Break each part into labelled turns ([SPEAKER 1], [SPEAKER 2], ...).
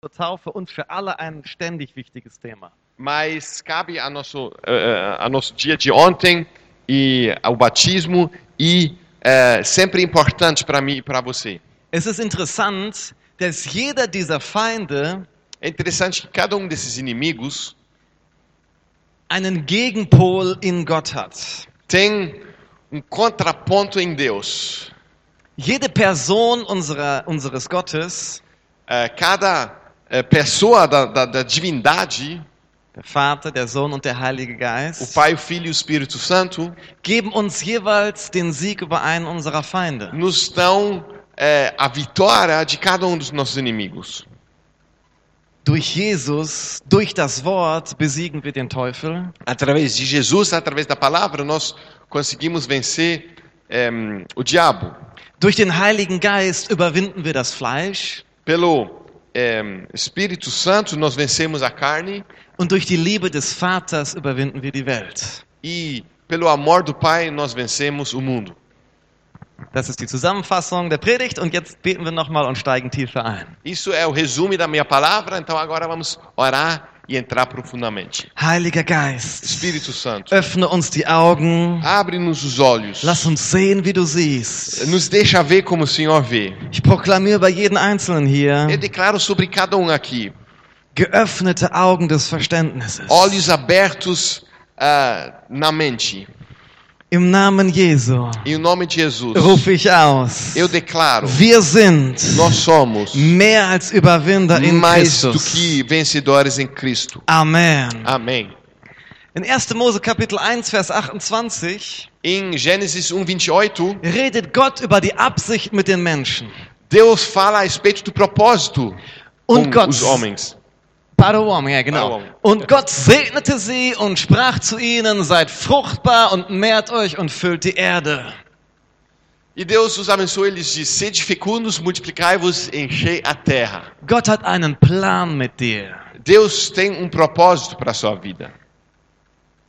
[SPEAKER 1] zur Taufe und für alle ein ständig wichtiges Thema.
[SPEAKER 2] Mas cabe a nosso, eh, a nosso dia de ontem e ao batismo e eh, sempre importante para mim e para você.
[SPEAKER 1] Es ist interessant, dass jeder dieser Feinde
[SPEAKER 2] É interessante que cada um desses inimigos
[SPEAKER 1] einen Gegenpol in Gott hat.
[SPEAKER 2] tem um contraponto em Deus.
[SPEAKER 1] Jede Person unserer, unseres Gottes,
[SPEAKER 2] Eh, cada eh, pessoa da, da, da divindade,
[SPEAKER 1] der Vater, der Sohn und der Heilige
[SPEAKER 2] o
[SPEAKER 1] Geist,
[SPEAKER 2] Pai, o Filho e o Espírito Santo,
[SPEAKER 1] geben uns jeweils den Sieg über einen unserer Feinde.
[SPEAKER 2] nos dão eh, a vitória de cada um dos nossos inimigos.
[SPEAKER 1] Durch Jesus, durch das Wort besiegen wir den Teufel.
[SPEAKER 2] Através de Jesus, através da palavra, nós conseguimos vencer em, o diabo.
[SPEAKER 1] Durch den Heiligen Geist überwinden wir das Fleisch.
[SPEAKER 2] Pelo em, Espírito Santo, nós vencemos a carne
[SPEAKER 1] Und durch die Liebe des Vaters überwinden wir die Welt.
[SPEAKER 2] e pelo amor do Pai, nós vencemos o mundo.
[SPEAKER 1] Das ist die Zusammenfassung der Predigt. Und jetzt beten wir nochmal und steigen tiefer ein.
[SPEAKER 2] Isso é o resumo da minha palavra, então agora vamos orar e entrar profundamente.
[SPEAKER 1] Heiliger Geist,
[SPEAKER 2] Espírito Santo.
[SPEAKER 1] öffne uns die Augen.
[SPEAKER 2] Abre-nos os olhos.
[SPEAKER 1] Lass uns sehen, wie du siehst.
[SPEAKER 2] Nos deixa ver como o Senhor vê.
[SPEAKER 1] Ich proklamiere bei jedem Einzelnen
[SPEAKER 2] Eu
[SPEAKER 1] hier
[SPEAKER 2] declaro sobre cada um aqui,
[SPEAKER 1] geöffnete Augen des Verständnisses.
[SPEAKER 2] olhos abertos ah, na mente.
[SPEAKER 1] Im Namen Jesu
[SPEAKER 2] Em nome de Jesus,
[SPEAKER 1] rufe ich aus.
[SPEAKER 2] eu declaro,
[SPEAKER 1] Wir sind
[SPEAKER 2] nós somos
[SPEAKER 1] mehr als Überwinder in
[SPEAKER 2] mais do
[SPEAKER 1] Christus.
[SPEAKER 2] que vencedores em Cristo.
[SPEAKER 1] Amen.
[SPEAKER 2] Amém.
[SPEAKER 1] In 1. Mose Kapitel 1, Vers 28
[SPEAKER 2] Em Gênesis 1:28,
[SPEAKER 1] redet Gott über die Absicht mit den Menschen.
[SPEAKER 2] Deus fala a respeito do propósito
[SPEAKER 1] Und
[SPEAKER 2] com
[SPEAKER 1] Gott,
[SPEAKER 2] os homens.
[SPEAKER 1] Paroam, ja genau.
[SPEAKER 2] Paroam.
[SPEAKER 1] Und Gott segnete sie und sprach zu ihnen, seid fruchtbar und mehrt euch und füllt die Erde.
[SPEAKER 2] E Deus os abençoou, eles diz: Sede fecundos, multiplicai-vos, enchei a terra.
[SPEAKER 1] Gott hat einen Plan mit dir.
[SPEAKER 2] Deus tem um propósito para a sua vida.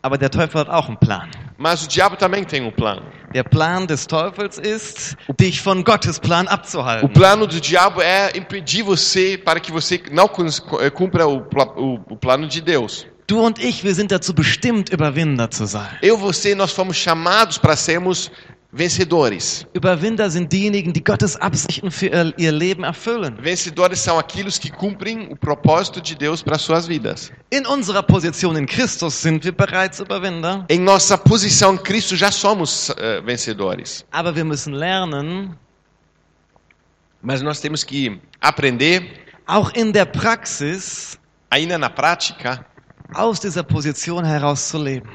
[SPEAKER 1] Aber der Teufel hat auch einen Plan.
[SPEAKER 2] Mas o diabo também tem um plano.
[SPEAKER 1] Der Plan des Teufels ist, dich von Gottes Plan
[SPEAKER 2] O
[SPEAKER 1] abzuhalten.
[SPEAKER 2] plano do diabo é impedir você para que você não cons- eh, cumpra o, pla- o- o plano de Deus.
[SPEAKER 1] Du und ich, wir sind dazu bestimmt, Überwinder zu sein.
[SPEAKER 2] Eu, você, nós fomos chamados para sermos vencedores.
[SPEAKER 1] Überwinder sind diejenigen, die Gottes Absichten für ihr, ihr Leben erfüllen.
[SPEAKER 2] Vencedores são aqueles que cumprem o propósito de Deus para suas vidas.
[SPEAKER 1] In unserer Position in Christus sind wir bereits Überwinder,
[SPEAKER 2] Em nossa posição em Cristo já somos eh, vencedores,
[SPEAKER 1] aber wir müssen lernen,
[SPEAKER 2] mas nós temos que aprender
[SPEAKER 1] auch in der Praxis
[SPEAKER 2] ainda na prática
[SPEAKER 1] aus dieser Position heraus zu leben.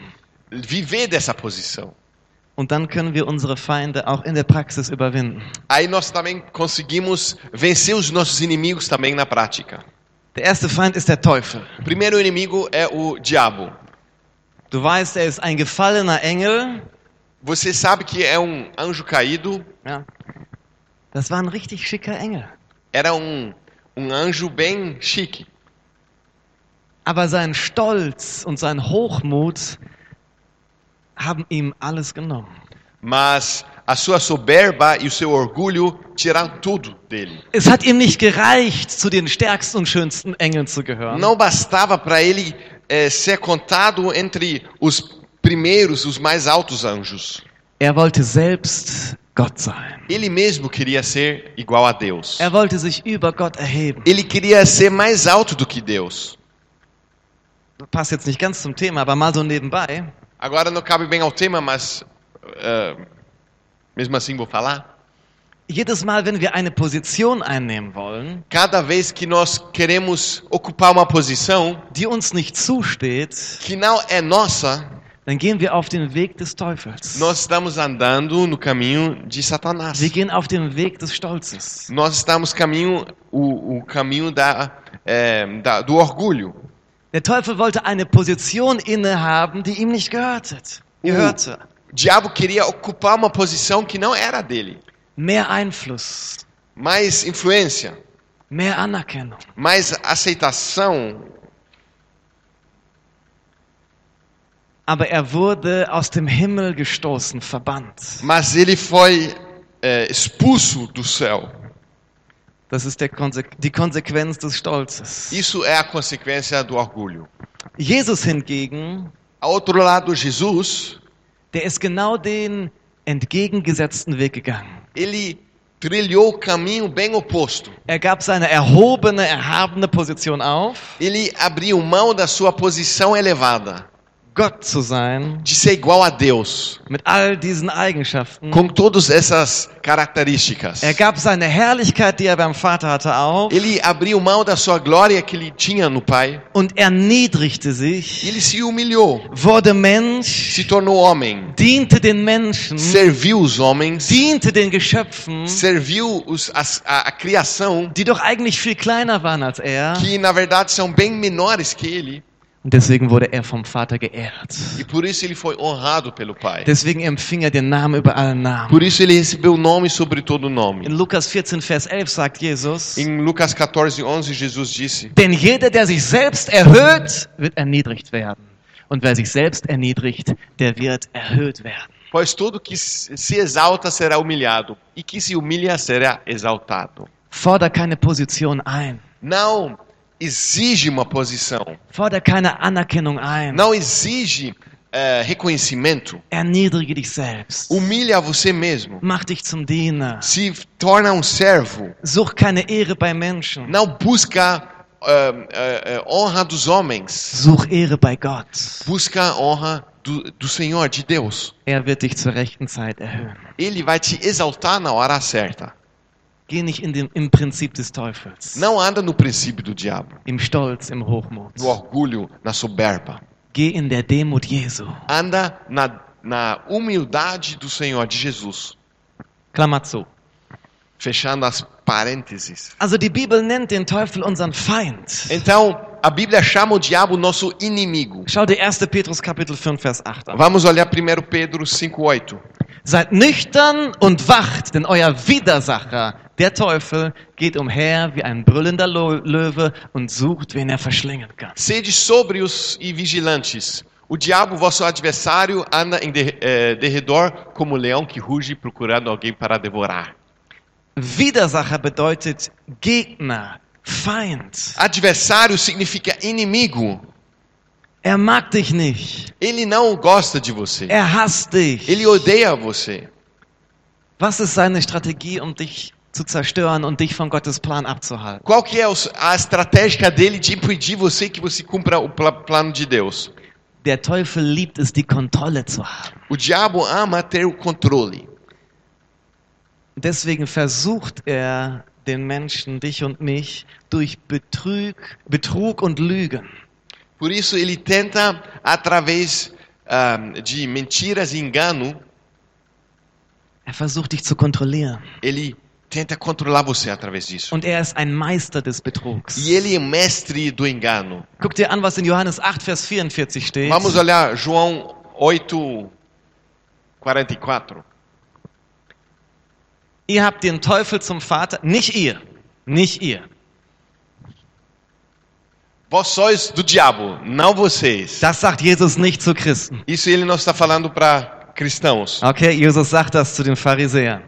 [SPEAKER 2] viver dessa posição.
[SPEAKER 1] Und dann können wir unsere Feinde auch in der Praxis überwinden.
[SPEAKER 2] Aí nós também conseguimos vencer os nossos inimigos também na prática.
[SPEAKER 1] Der erste Feind ist der Teufel.
[SPEAKER 2] O primeiro inimigo é o diabo.
[SPEAKER 1] Du weißt, er ist ein gefallener Engel.
[SPEAKER 2] Você sabe que é um anjo caído,
[SPEAKER 1] Ja. Das war ein richtig schicker Engel.
[SPEAKER 2] era um, um anjo bem chique,
[SPEAKER 1] Aber sein Stolz und sein Hochmut haben ihm alles genommen.
[SPEAKER 2] mas a sua soberba e o seu orgulho tiraram tudo dele.
[SPEAKER 1] Es hat ihm nicht gereicht, zu den stärksten und schönsten Engeln zu gehören.
[SPEAKER 2] Não bastava para ele eh, ser contado entre os primeiros, os mais altos anjos.
[SPEAKER 1] Er wollte selbst Gott sein.
[SPEAKER 2] Ele mesmo queria ser igual a Deus.
[SPEAKER 1] Er wollte sich über Gott erheben.
[SPEAKER 2] Ele queria ser mais alto do que Deus.
[SPEAKER 1] Passt jetzt nicht ganz zum Thema, aber mal so nebenbei.
[SPEAKER 2] Agora não cabe bem ao tema, mas eh, mesmo assim vou falar.
[SPEAKER 1] Jedes Mal, wenn wir eine Position einnehmen wollen,
[SPEAKER 2] Cada vez que nós queremos ocupar uma posição
[SPEAKER 1] die uns nicht zusteht,
[SPEAKER 2] que não é nossa,
[SPEAKER 1] dann gehen wir auf den Weg des Teufels.
[SPEAKER 2] nós estamos andando no caminho de Satanás.
[SPEAKER 1] Wir gehen auf den Weg des Stolzes.
[SPEAKER 2] Nós estamos caminho o, o caminho da, é, da- do orgulho.
[SPEAKER 1] Der Teufel wollte eine Position innehaben, die ihm nicht gehörte. gehörte.
[SPEAKER 2] O diabo queria ocupar uma posição que não era dele.
[SPEAKER 1] Mehr Einfluss,
[SPEAKER 2] Mais influência,
[SPEAKER 1] mehr Anerkennung.
[SPEAKER 2] mais aceitação,
[SPEAKER 1] Aber er wurde aus dem Himmel gestoßen, verbannt.
[SPEAKER 2] mas ele foi é, expulso do céu.
[SPEAKER 1] Das ist der Konse die Konsequenz des Stolzes.
[SPEAKER 2] Isso é a consequência do orgulho.
[SPEAKER 1] Jesus hingegen,
[SPEAKER 2] Ao outro lado, Jesus,
[SPEAKER 1] der ist genau den entgegengesetzten Weg gegangen.
[SPEAKER 2] ele trilhou o caminho bem oposto.
[SPEAKER 1] Er gab seine erhobene, erhabene Position auf,
[SPEAKER 2] Ele abriu mão da sua posição elevada,
[SPEAKER 1] Gott zu sein,
[SPEAKER 2] de ser igual a Deus,
[SPEAKER 1] mit all diesen Eigenschaften.
[SPEAKER 2] com todas essas características.
[SPEAKER 1] Er gab seine Herrlichkeit, die er beim Vater hatte, auf
[SPEAKER 2] Ele abriu mão da sua glória que ele tinha no Pai.
[SPEAKER 1] und erniedrigte sich,
[SPEAKER 2] Ele se humilhou,
[SPEAKER 1] wurde Mensch,
[SPEAKER 2] se tornou homem,
[SPEAKER 1] diente den Menschen,
[SPEAKER 2] serviu os homens,
[SPEAKER 1] diente den Geschöpfen,
[SPEAKER 2] serviu os, as- a, a criação,
[SPEAKER 1] die doch eigentlich viel kleiner waren als er.
[SPEAKER 2] que na verdade são bem menores que ele,
[SPEAKER 1] Und deswegen wurde er vom Vater geehrt.
[SPEAKER 2] e por isso ele foi honrado pelo Pai.
[SPEAKER 1] Deswegen empfing er den Namen über allen Namen.
[SPEAKER 2] Por isso ele recebeu o nome sobre todo nome.
[SPEAKER 1] In Lukas 14, Vers 11 sagt Jesus,
[SPEAKER 2] Em Lucas 14, 11, Jesus disse:
[SPEAKER 1] denn jeder, der sich selbst erhöht, wird erniedrigt werden. Und wer sich selbst erniedrigt, der wird erhöht werden.
[SPEAKER 2] Pois todo que se se exalta será humilhado, e que se humilha será exaltado.
[SPEAKER 1] Forder keine Position ein.
[SPEAKER 2] Não exige uma posição,
[SPEAKER 1] Forder keine Anerkennung ein.
[SPEAKER 2] não exige eh, reconhecimento.
[SPEAKER 1] Erniedrige dich selbst.
[SPEAKER 2] Humilha você mesmo.
[SPEAKER 1] Mach dich zum Diener.
[SPEAKER 2] Se torna um servo.
[SPEAKER 1] Such keine Ehre bei Menschen.
[SPEAKER 2] Não busca eh, eh, eh, honra dos homens.
[SPEAKER 1] Such Ehre bei Gott.
[SPEAKER 2] Busca a honra do, do Senhor, de Deus.
[SPEAKER 1] Er wird dich zur rechten Zeit erhöhen.
[SPEAKER 2] Ele vai te exaltar na hora certa.
[SPEAKER 1] Geh nicht in dem, im Prinzip des Teufels.
[SPEAKER 2] Não anda no princípio do diabo,
[SPEAKER 1] Im Stolz, im Hochmut.
[SPEAKER 2] no orgulho, na soberba.
[SPEAKER 1] Geh in der Demut Jesu.
[SPEAKER 2] anda na, na humildade do Senhor, de Jesus.
[SPEAKER 1] Klammer zu.
[SPEAKER 2] Fechando as parênteses.
[SPEAKER 1] Also die Bibel nennt den Teufel unseren Feind.
[SPEAKER 2] Então, a Bíblia chama o diabo nosso inimigo.
[SPEAKER 1] Schau dir 1. Petrus Kapitel 5 Vers 8 an.
[SPEAKER 2] Vamos olhar 1 Pedro 5,8.
[SPEAKER 1] Seid nüchtern und wacht, denn euer Widersacher, der Teufel, geht umher wie ein brüllender Lo Löwe und sucht, wen er verschlingen kann.
[SPEAKER 2] Sede sóbrios e vigilantes. O diabo, vosso adversário, anda em de, eh, derredor como um leão que ruge procurando alguém para devorar.
[SPEAKER 1] Widersacher bedeutet Gegner, Feind.
[SPEAKER 2] Adversário significa inimigo.
[SPEAKER 1] Er mag dich nicht.
[SPEAKER 2] Ele não gosta de você.
[SPEAKER 1] Er hasst dich.
[SPEAKER 2] Ele odeia você.
[SPEAKER 1] Was ist seine Strategie, um dich zu zerstören und dich von Gottes Plan abzuhalten?
[SPEAKER 2] Qual que é os- a estratégia dele de impedir você que você cumpra o pla- plano de Deus?
[SPEAKER 1] Der Teufel liebt es, die Kontrolle zu haben.
[SPEAKER 2] O diabo ama ter o controle.
[SPEAKER 1] Deswegen versucht er, den Menschen, dich und mich, durch Betrug, Betrug und Lügen
[SPEAKER 2] Por isso ele tenta através ah, de mentiras e engano,
[SPEAKER 1] Er versucht dich zu kontrollieren.
[SPEAKER 2] ele tenta controlar você através disso.
[SPEAKER 1] Und er ist ein Meister des Betrugs.
[SPEAKER 2] E ele é mestre do engano.
[SPEAKER 1] Guck dir an, was in Johannes 8, Vers 44 steht.
[SPEAKER 2] Vamos olhar João 8 44.
[SPEAKER 1] Ihr habt den Teufel zum Vater. Nicht ihr. Nicht ihr.
[SPEAKER 2] Vós sois do diabo, não vocês.
[SPEAKER 1] Das sagt Jesus nicht zu Christen.
[SPEAKER 2] Isso ele não está falando para cristãos.
[SPEAKER 1] Okay, Jesus sagt das zu den Pharisäern.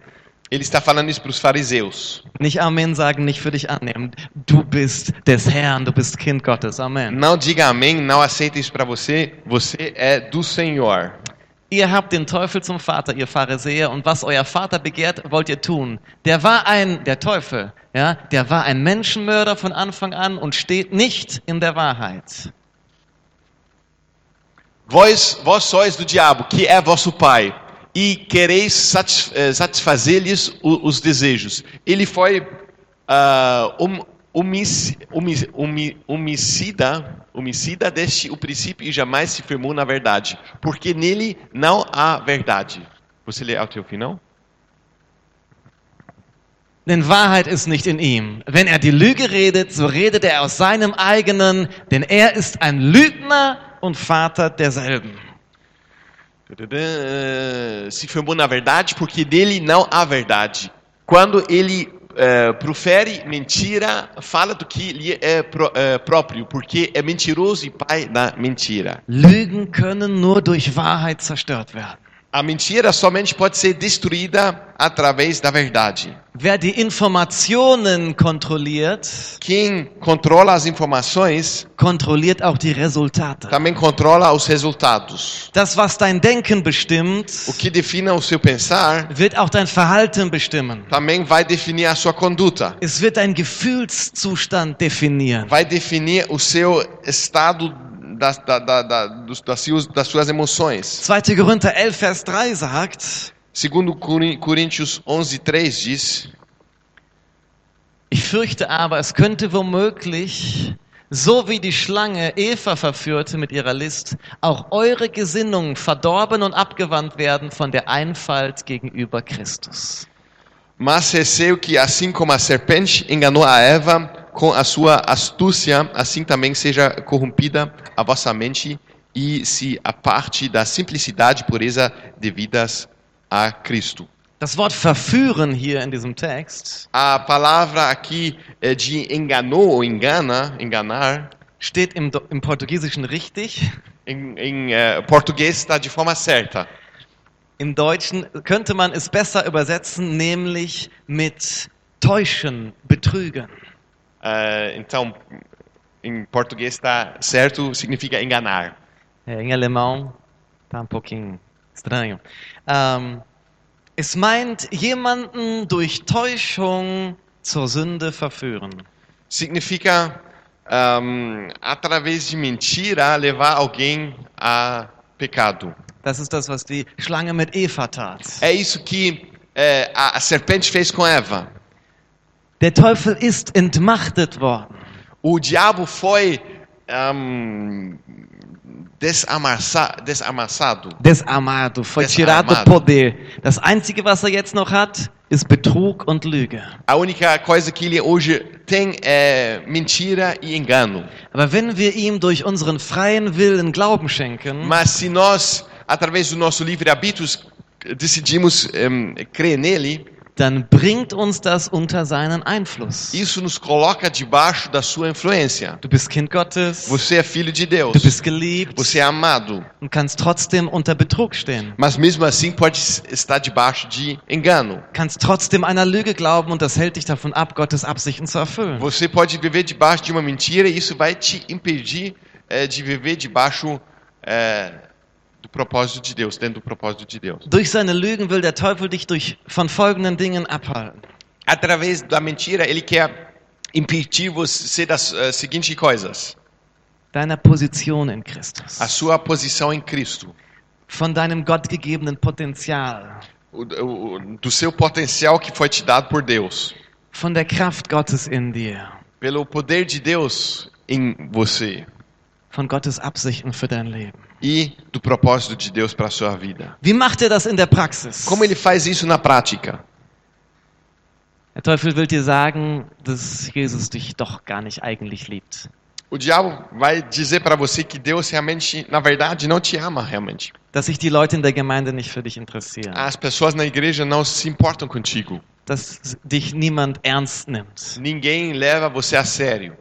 [SPEAKER 2] Ele está falando isso para os fariseus.
[SPEAKER 1] Nicht Amen sagen, nicht für dich annehmen. Du bist des Herrn, du bist Kind Gottes. Amen.
[SPEAKER 2] Não diga amém, não aceita isso pra você. Você é do Senhor.
[SPEAKER 1] Ihr habt den Teufel zum Vater, ihr Pharisäer, und was euer Vater begehrt, wollt ihr tun. Der war ein, der Teufel, ja, der war ein Menschenmörder von Anfang an und steht nicht in der Wahrheit.
[SPEAKER 2] Vós, vós sois do diabo, que é vosso pai, e quereis satis, eh, satisfazer-lhes o- os desejos. Ele foi ah, hom- homici- homi- homi- homicida, homicida deste o princípio e jamais se firmou na verdade, porque nele não há verdade. Você lê até o final?
[SPEAKER 1] Denn Wahrheit ist nicht in ihm. Wenn er die Lüge redet, so redet er aus seinem eigenen, denn er ist ein Lügner und Vater derselben.
[SPEAKER 2] Tadadã, se firmou na verdade, porque dele não há verdade. Quando ele eh, profere mentira, fala do que lhe é pró- eh, próprio, porque é mentiroso e pai da mentira.
[SPEAKER 1] Lügen können nur durch Wahrheit zerstört werden.
[SPEAKER 2] A mentira somente pode ser destruída através da verdade.
[SPEAKER 1] Wer die Informationen kontrolliert,
[SPEAKER 2] Quem controla as informações
[SPEAKER 1] kontrolliert auch die Resultate.
[SPEAKER 2] também controla os resultados.
[SPEAKER 1] Das, was dein Denken bestimmt,
[SPEAKER 2] O que defina o seu pensar
[SPEAKER 1] wird auch dein Verhalten bestimmen.
[SPEAKER 2] também vai definir a sua conduta,
[SPEAKER 1] Es wird dein Gefühlszustand definieren.
[SPEAKER 2] vai definir o seu estado das, da, da, da, dos, das, suas- das suas emoções.
[SPEAKER 1] 2. Korinther 11, Vers 3 sagt,
[SPEAKER 2] Segundo Corin- Coríntios 11:3 diz:
[SPEAKER 1] ich fürchte aber, es könnte womöglich, so wie die Schlange Eva verführte mit ihrer List, auch eure Gesinnungen verdorben und abgewandt werden von der Einfalt gegenüber Christus.
[SPEAKER 2] Mas receio que, assim como a serpente enganou a Eva com a sua astúcia, assim também seja corrompida a vossa mente e se aparte da simplicidade e pureza devidas a Cristo.
[SPEAKER 1] Das Wort verführen hier in diesem Text
[SPEAKER 2] A palavra aqui eh, de enganou ou engana, enganar,
[SPEAKER 1] steht im, Do- im Portugiesischen richtig,
[SPEAKER 2] em, em eh, português está de forma certa.
[SPEAKER 1] im Deutschen könnte man es besser übersetzen, nämlich mit täuschen, betrügen.
[SPEAKER 2] Eh, então, em português está certo, significa enganar.
[SPEAKER 1] É, em alemão tá um pouquinho estranho. Ähm, es meint jemanden durch Täuschung zur Sünde verführen.
[SPEAKER 2] significa ahm, através de mentira levar alguém a pecado.
[SPEAKER 1] Das ist das, was die Schlange mit Eva tat.
[SPEAKER 2] É isso que eh, a, a serpente fez com Eva.
[SPEAKER 1] Der Teufel ist entmachtet worden.
[SPEAKER 2] O diabo foi ahm, desamassa, desamassado.
[SPEAKER 1] Desarmado, foi
[SPEAKER 2] Desarmado.
[SPEAKER 1] tirado poder. Das Einzige, was er jetzt noch hat, ist Betrug und Lüge.
[SPEAKER 2] A única coisa que ele hoje tem é mentira e engano.
[SPEAKER 1] Aber wenn wir ihm durch unseren freien Willen Glauben schenken,
[SPEAKER 2] Mas se nós, através do nosso livre-arbítrio, decidimos ehm, crer nele,
[SPEAKER 1] dann bringt uns das unter seinen Einfluss.
[SPEAKER 2] isso nos coloca debaixo da sua influência.
[SPEAKER 1] Du bist Kind Gottes,
[SPEAKER 2] Você é filho de Deus.
[SPEAKER 1] du bist geliebt
[SPEAKER 2] Você é amado,
[SPEAKER 1] und kannst trotzdem unter Betrug stehen.
[SPEAKER 2] mas mesmo assim pode s- estar debaixo de engano.
[SPEAKER 1] Kannst trotzdem einer Lüge glauben und das hält dich davon ab, Gottes Absichten zu erfüllen.
[SPEAKER 2] Você pode viver debaixo de uma mentira e isso vai te impedir eh, de viver debaixo eh, do propósito de Deus, dentro do propósito de Deus.
[SPEAKER 1] Durch seine Lügen will der Teufel dich durch, von folgenden Dingen abhalten.
[SPEAKER 2] Através da mentira, ele quer impedir você das eh, seguintes coisas:
[SPEAKER 1] Deiner Position in Christus.
[SPEAKER 2] a sua posição em Cristo,
[SPEAKER 1] von deinem gottgegebenen Potenzial,
[SPEAKER 2] o- o- o- do seu potencial que foi te dado por Deus,
[SPEAKER 1] von der Kraft Gottes in dir,
[SPEAKER 2] pelo poder de Deus em você
[SPEAKER 1] von Gottes Absichten für dein Leben.
[SPEAKER 2] e do propósito de Deus para a sua vida.
[SPEAKER 1] Wie macht er das in der Praxis?
[SPEAKER 2] Como ele faz isso na prática?
[SPEAKER 1] Der Teufel will dir sagen, dass Jesus dich doch gar nicht eigentlich liebt.
[SPEAKER 2] O diabo vai dizer para você que Deus realmente, na verdade, não te ama realmente.
[SPEAKER 1] Dass sich die Leute in der Gemeinde nicht für dich interessieren.
[SPEAKER 2] As pessoas na igreja não se importam contigo.
[SPEAKER 1] dass dich niemand ernst nimmt.
[SPEAKER 2] Ninguém leva você a sério.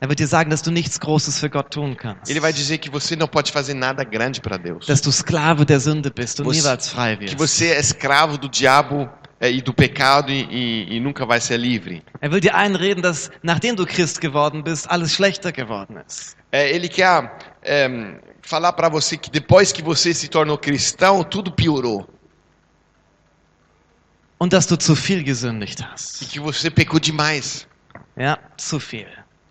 [SPEAKER 1] Er wird dir sagen, dass du nichts Großes für Gott tun kannst.
[SPEAKER 2] Ele vai dizer que você não pode fazer nada grande para Deus.
[SPEAKER 1] Dass du Sklave der Sünde bist und
[SPEAKER 2] Você-
[SPEAKER 1] niemals frei
[SPEAKER 2] Que
[SPEAKER 1] wirst.
[SPEAKER 2] você é escravo do diabo eh, e do pecado e, e- e nunca vai ser livre.
[SPEAKER 1] Er will dir einreden, dass nachdem du Christ geworden bist, alles schlechter geworden ist.
[SPEAKER 2] Eh, Ele quer ehm, falar para você que depois que você se tornou cristão, tudo piorou.
[SPEAKER 1] Und dass du zu viel gesündigt
[SPEAKER 2] E
[SPEAKER 1] hast.
[SPEAKER 2] que você pecou demais.
[SPEAKER 1] Ja, zu viel.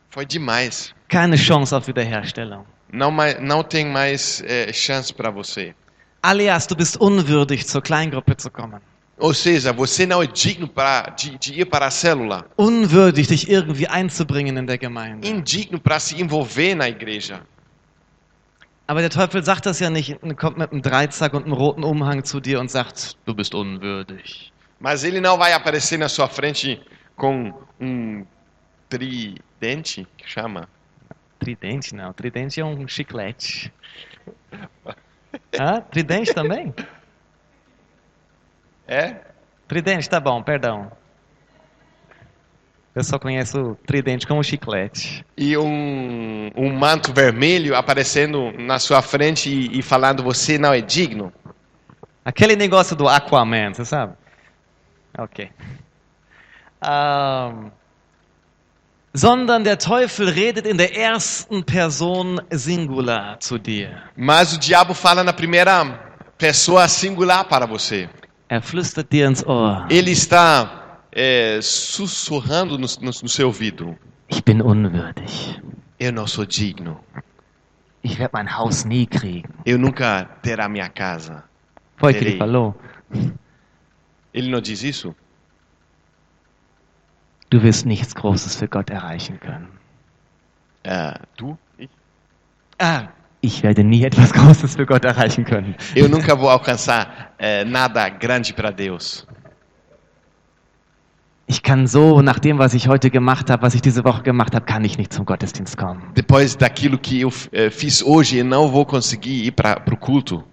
[SPEAKER 2] Foi demais.
[SPEAKER 1] Keine Chance auf Wiederherstellung.
[SPEAKER 2] Não, mai- não tem mais eh, chance para você.
[SPEAKER 1] Alias, du bist unwürdig, zur Kleingruppe zu kommen.
[SPEAKER 2] Ou seja, você não é digno pra, de, de ir para a célula,
[SPEAKER 1] Unwürdig, dich irgendwie einzubringen in der Gemeinde.
[SPEAKER 2] indigno para se envolver na igreja.
[SPEAKER 1] Aber der Teufel sagt das ja nicht, und kommt mit einem Dreizack und einem roten Umhang zu dir und sagt, du bist unwürdig.
[SPEAKER 2] Mas ele não vai aparecer na sua frente com um tridente, que chama?
[SPEAKER 1] Tridente não, tridente é um chiclete. Hã? Tridente também?
[SPEAKER 2] É?
[SPEAKER 1] Tridente, tá bom, perdão. Eu só conheço tridente como chiclete.
[SPEAKER 2] E um, um manto vermelho aparecendo na sua frente e, e falando: Você não é digno.
[SPEAKER 1] Aquele negócio do Aquaman, você sabe? Ok. Ähm, sondern der Teufel redet in der ersten Person Singular zu dir.
[SPEAKER 2] Mas o diabo fala na primeira pessoa singular para você.
[SPEAKER 1] Er flüstert dir ins Ohr.
[SPEAKER 2] Ele está é, sussurrando no, no- no seu ouvido.
[SPEAKER 1] Ich bin unwürdig.
[SPEAKER 2] Eu não sou digno.
[SPEAKER 1] Ich werde mein Haus nie kriegen.
[SPEAKER 2] Eu nunca terá minha casa.
[SPEAKER 1] Foi o que ele
[SPEAKER 2] Peraí.
[SPEAKER 1] falou.
[SPEAKER 2] Ele não diz isso?
[SPEAKER 1] Du wirst nichts Großes für Gott erreichen können.
[SPEAKER 2] Ah, tu?
[SPEAKER 1] Ah, ich werde nie etwas Großes für Gott erreichen können.
[SPEAKER 2] Eu nunca vou alcançar é, nada grande para Deus.
[SPEAKER 1] Ich kann so, nach dem, was ich heute gemacht habe, was ich diese Woche gemacht habe, kann ich nicht zum Gottesdienst kommen.
[SPEAKER 2] Depois daquilo que eu é, fiz hoje, eu não vou conseguir ir para o culto.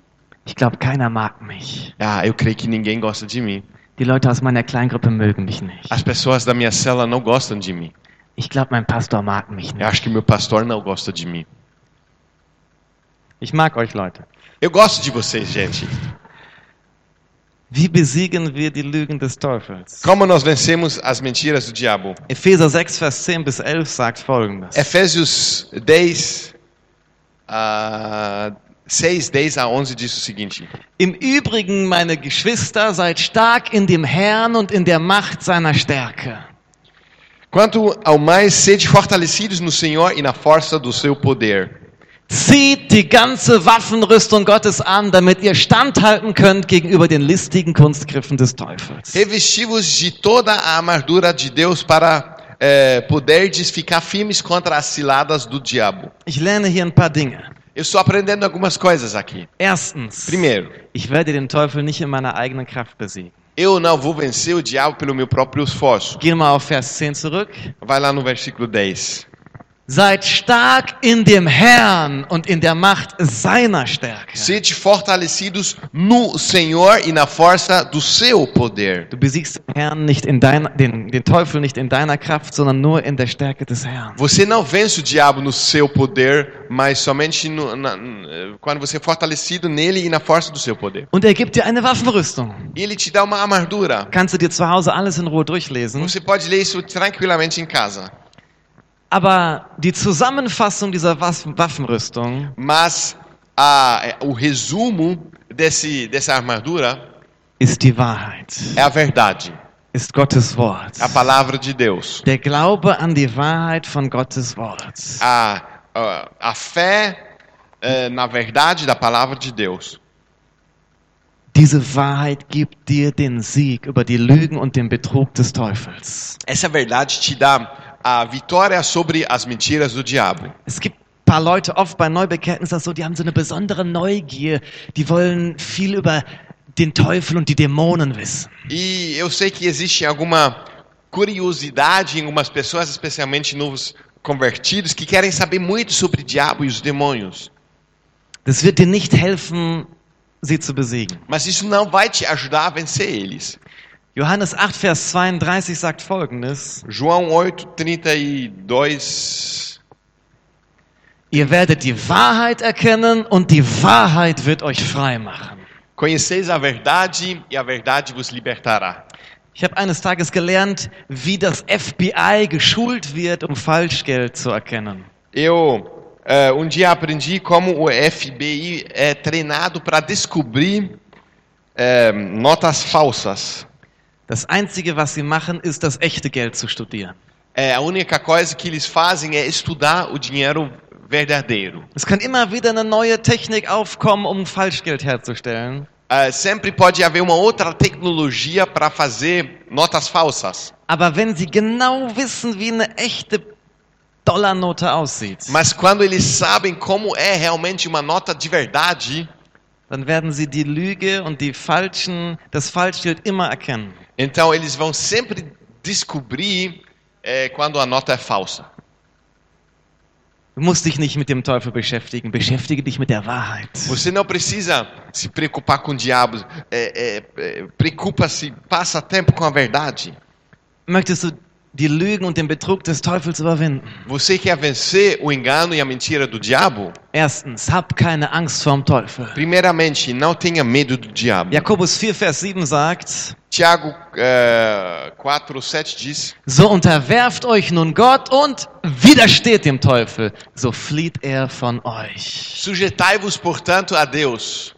[SPEAKER 1] Ich glaube, keiner mag mich.
[SPEAKER 2] Ah, eu creio que ninguém gosta de mim.
[SPEAKER 1] Die Leute aus meiner Kleingruppe mögen mich nicht.
[SPEAKER 2] As pessoas da minha cela não gostam de mim.
[SPEAKER 1] Ich glaube, mein Pastor mag mich
[SPEAKER 2] Eu
[SPEAKER 1] nicht.
[SPEAKER 2] acho que meu pastor não gosta de mim.
[SPEAKER 1] Ich mag euch, Leute.
[SPEAKER 2] Eu gosto de vocês, gente.
[SPEAKER 1] Wie besiegen wir die Lügen des Teufels?
[SPEAKER 2] Como nós vencemos as mentiras do diabo?
[SPEAKER 1] Epheser 6, Vers 10 bis 11 sagt folgendes.
[SPEAKER 2] Efésios 10, ah, 6, 10 a 11 diz o seguinte:
[SPEAKER 1] Im Übrigen, meine Geschwister, seid stark in dem Herrn und in der Macht seiner Stärke.
[SPEAKER 2] Quanto ao mais, sede fortalecidos no Senhor e na força do seu poder.
[SPEAKER 1] Zieht die ganze Waffenrüstung Gottes an, damit ihr standhalten könnt gegenüber den listigen Kunstgriffen des Teufels.
[SPEAKER 2] Revesti-vos de toda a armadura de Deus para eh, poderdes ficar firmes contra as ciladas do diabo.
[SPEAKER 1] Ich lerne hier ein paar Dinge.
[SPEAKER 2] Eu estou aprendendo algumas coisas aqui.
[SPEAKER 1] Erstens,
[SPEAKER 2] Primeiro,
[SPEAKER 1] ich werde den Teufel nicht in meiner eigenen Kraft besiegen.
[SPEAKER 2] eu não vou vencer o diabo pelo meu próprio esforço.
[SPEAKER 1] Geh mal auf Vers 10 zurück.
[SPEAKER 2] Vai lá no versículo 10.
[SPEAKER 1] Seid stark in dem Herrn und in der Macht seiner Stärke.
[SPEAKER 2] Sede fortalecidos no Senhor e na força do seu poder.
[SPEAKER 1] Du besiegst den, Herrn nicht in deiner, den, den Teufel nicht in deiner Kraft, sondern nur in der Stärke des Herrn.
[SPEAKER 2] Você não vence o diabo no seu poder, mas somente no- na- n- quando você é fortalecido nele e na força do seu poder.
[SPEAKER 1] Und er gibt dir eine Waffenrüstung.
[SPEAKER 2] E ele te dá uma armadura.
[SPEAKER 1] Kannst du dir zu Hause alles in Ruhe durchlesen.
[SPEAKER 2] Você pode ler isso tranquilamente em casa.
[SPEAKER 1] Aber die Zusammenfassung dieser Waffen- Waffenrüstung
[SPEAKER 2] Mas a- é, o resumo desse, dessa armadura
[SPEAKER 1] ist die Wahrheit,
[SPEAKER 2] é a verdade,
[SPEAKER 1] ist Gottes Wort.
[SPEAKER 2] a palavra de Deus.
[SPEAKER 1] Der Glaube an die Wahrheit von Gottes Wort.
[SPEAKER 2] A, a, a fé eh, na verdade da palavra de Deus.
[SPEAKER 1] Diese Wahrheit gibt dir den Sieg über die Lügen und den Betrug des Teufels.
[SPEAKER 2] Essa verdade te dá a vitória sobre as mentiras do diabo.
[SPEAKER 1] Es gibt ein paar Leute oft bei Neubekehrten ist das so, die haben so eine besondere Neugier. Die wollen viel über den Teufel und die Dämonen wissen.
[SPEAKER 2] E eu sei que existe alguma curiosidade em algumas pessoas, especialmente novos convertidos, que querem saber muito sobre o diabo e os demônios.
[SPEAKER 1] Das wird dir nicht helfen, sie zu besiegen.
[SPEAKER 2] Mas isso não vai te ajudar a vencer eles.
[SPEAKER 1] Johannes 8, Vers 32 sagt folgendes.
[SPEAKER 2] João 8, 32.
[SPEAKER 1] Ihr werdet die Wahrheit erkennen und die Wahrheit wird euch frei machen.
[SPEAKER 2] Conheceis a verdade e a verdade vos libertará.
[SPEAKER 1] Ich habe eines Tages gelernt, wie das FBI geschult wird, um Falschgeld zu erkennen.
[SPEAKER 2] Eu eh, um dia aprendi como o FBI é treinado para descobrir eh, notas falsas.
[SPEAKER 1] Das Einzige, was sie machen, ist, das echte Geld zu studieren.
[SPEAKER 2] É, a única coisa que eles fazem é estudar o dinheiro verdadeiro.
[SPEAKER 1] Es kann immer wieder eine neue Technik aufkommen, um Falschgeld herzustellen.
[SPEAKER 2] Ah, sempre pode haver uma outra tecnologia para fazer notas falsas.
[SPEAKER 1] Aber wenn sie genau wissen, wie eine echte Dollarnote aussieht,
[SPEAKER 2] Mas quando eles sabem como é realmente uma nota de verdade,
[SPEAKER 1] dann werden sie die Lüge und die falschen, das Falschgeld immer erkennen.
[SPEAKER 2] então eles vão sempre descobrir eh, quando a nota é falsa.
[SPEAKER 1] Du musst dich nicht mit dem Teufel beschäftigen, beschäftige dich mit der Wahrheit.
[SPEAKER 2] Você não precisa se preocupar com o diabo. é, eh, eh, eh, Preocupa-se, passa tempo com a verdade.
[SPEAKER 1] Möchtest du die Lügen und den Betrug des Teufels überwinden.
[SPEAKER 2] Você quer vencer o engano e a mentira do diabo?
[SPEAKER 1] Erstens, hab keine Angst vorm Teufel.
[SPEAKER 2] Primeiramente, não tenha medo do diabo.
[SPEAKER 1] Jakobus 4, Vers 7 sagt,
[SPEAKER 2] Tiago eh, 4, 7 diz:
[SPEAKER 1] so unterwerft euch nun Gott und widersteht dem Teufel, so flieht er von euch.
[SPEAKER 2] Sujeitai-vos, portanto, a Deus,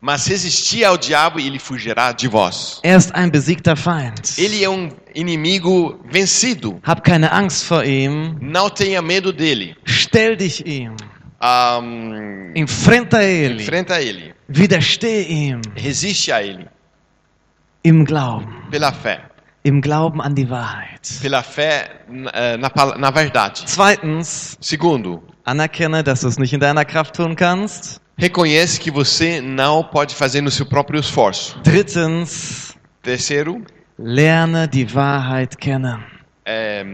[SPEAKER 2] mas resisti ao diabo e ele fugirá de vós.
[SPEAKER 1] Er ist ein besiegter Feind.
[SPEAKER 2] Ele é um inimigo vencido.
[SPEAKER 1] Hab keine Angst vor ihm.
[SPEAKER 2] Não tenha medo dele.
[SPEAKER 1] Stell dich ihm.
[SPEAKER 2] Ahm,
[SPEAKER 1] Enfrenta ele.
[SPEAKER 2] enfrenta ele.
[SPEAKER 1] Widersteh ihm.
[SPEAKER 2] Resiste a ele
[SPEAKER 1] Im Glauben.
[SPEAKER 2] pela fé.
[SPEAKER 1] Im Glauben an die Wahrheit.
[SPEAKER 2] Pela fé na, eh, na, pala- na verdade.
[SPEAKER 1] Zweitens,
[SPEAKER 2] Segundo,
[SPEAKER 1] anerkenne, dass du es nicht in deiner Kraft tun kannst.
[SPEAKER 2] reconhece que você não pode fazer no seu próprio esforço.
[SPEAKER 1] Drittens,
[SPEAKER 2] Terceiro,
[SPEAKER 1] lerne die Wahrheit kennen.
[SPEAKER 2] eh,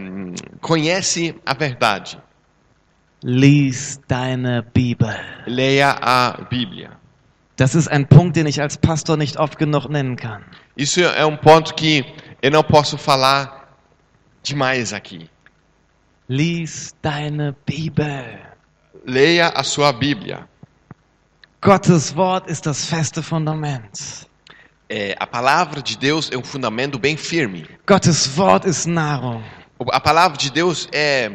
[SPEAKER 2] conhece a verdade.
[SPEAKER 1] Lies deine Bibel.
[SPEAKER 2] Leia a Bíblia.
[SPEAKER 1] Das ist ein Punkt, den ich als Pastor nicht oft genug nennen kann.
[SPEAKER 2] Isso é um ponto que eu não posso falar demais aqui.
[SPEAKER 1] Lies deine Bibel.
[SPEAKER 2] Leia a sua Bíblia.
[SPEAKER 1] Gottes Wort ist das feste Fundament.
[SPEAKER 2] É, a palavra de Deus é um fundamento bem firme.
[SPEAKER 1] Gottes Wort ist Nahrung.
[SPEAKER 2] O- A palavra de Deus é,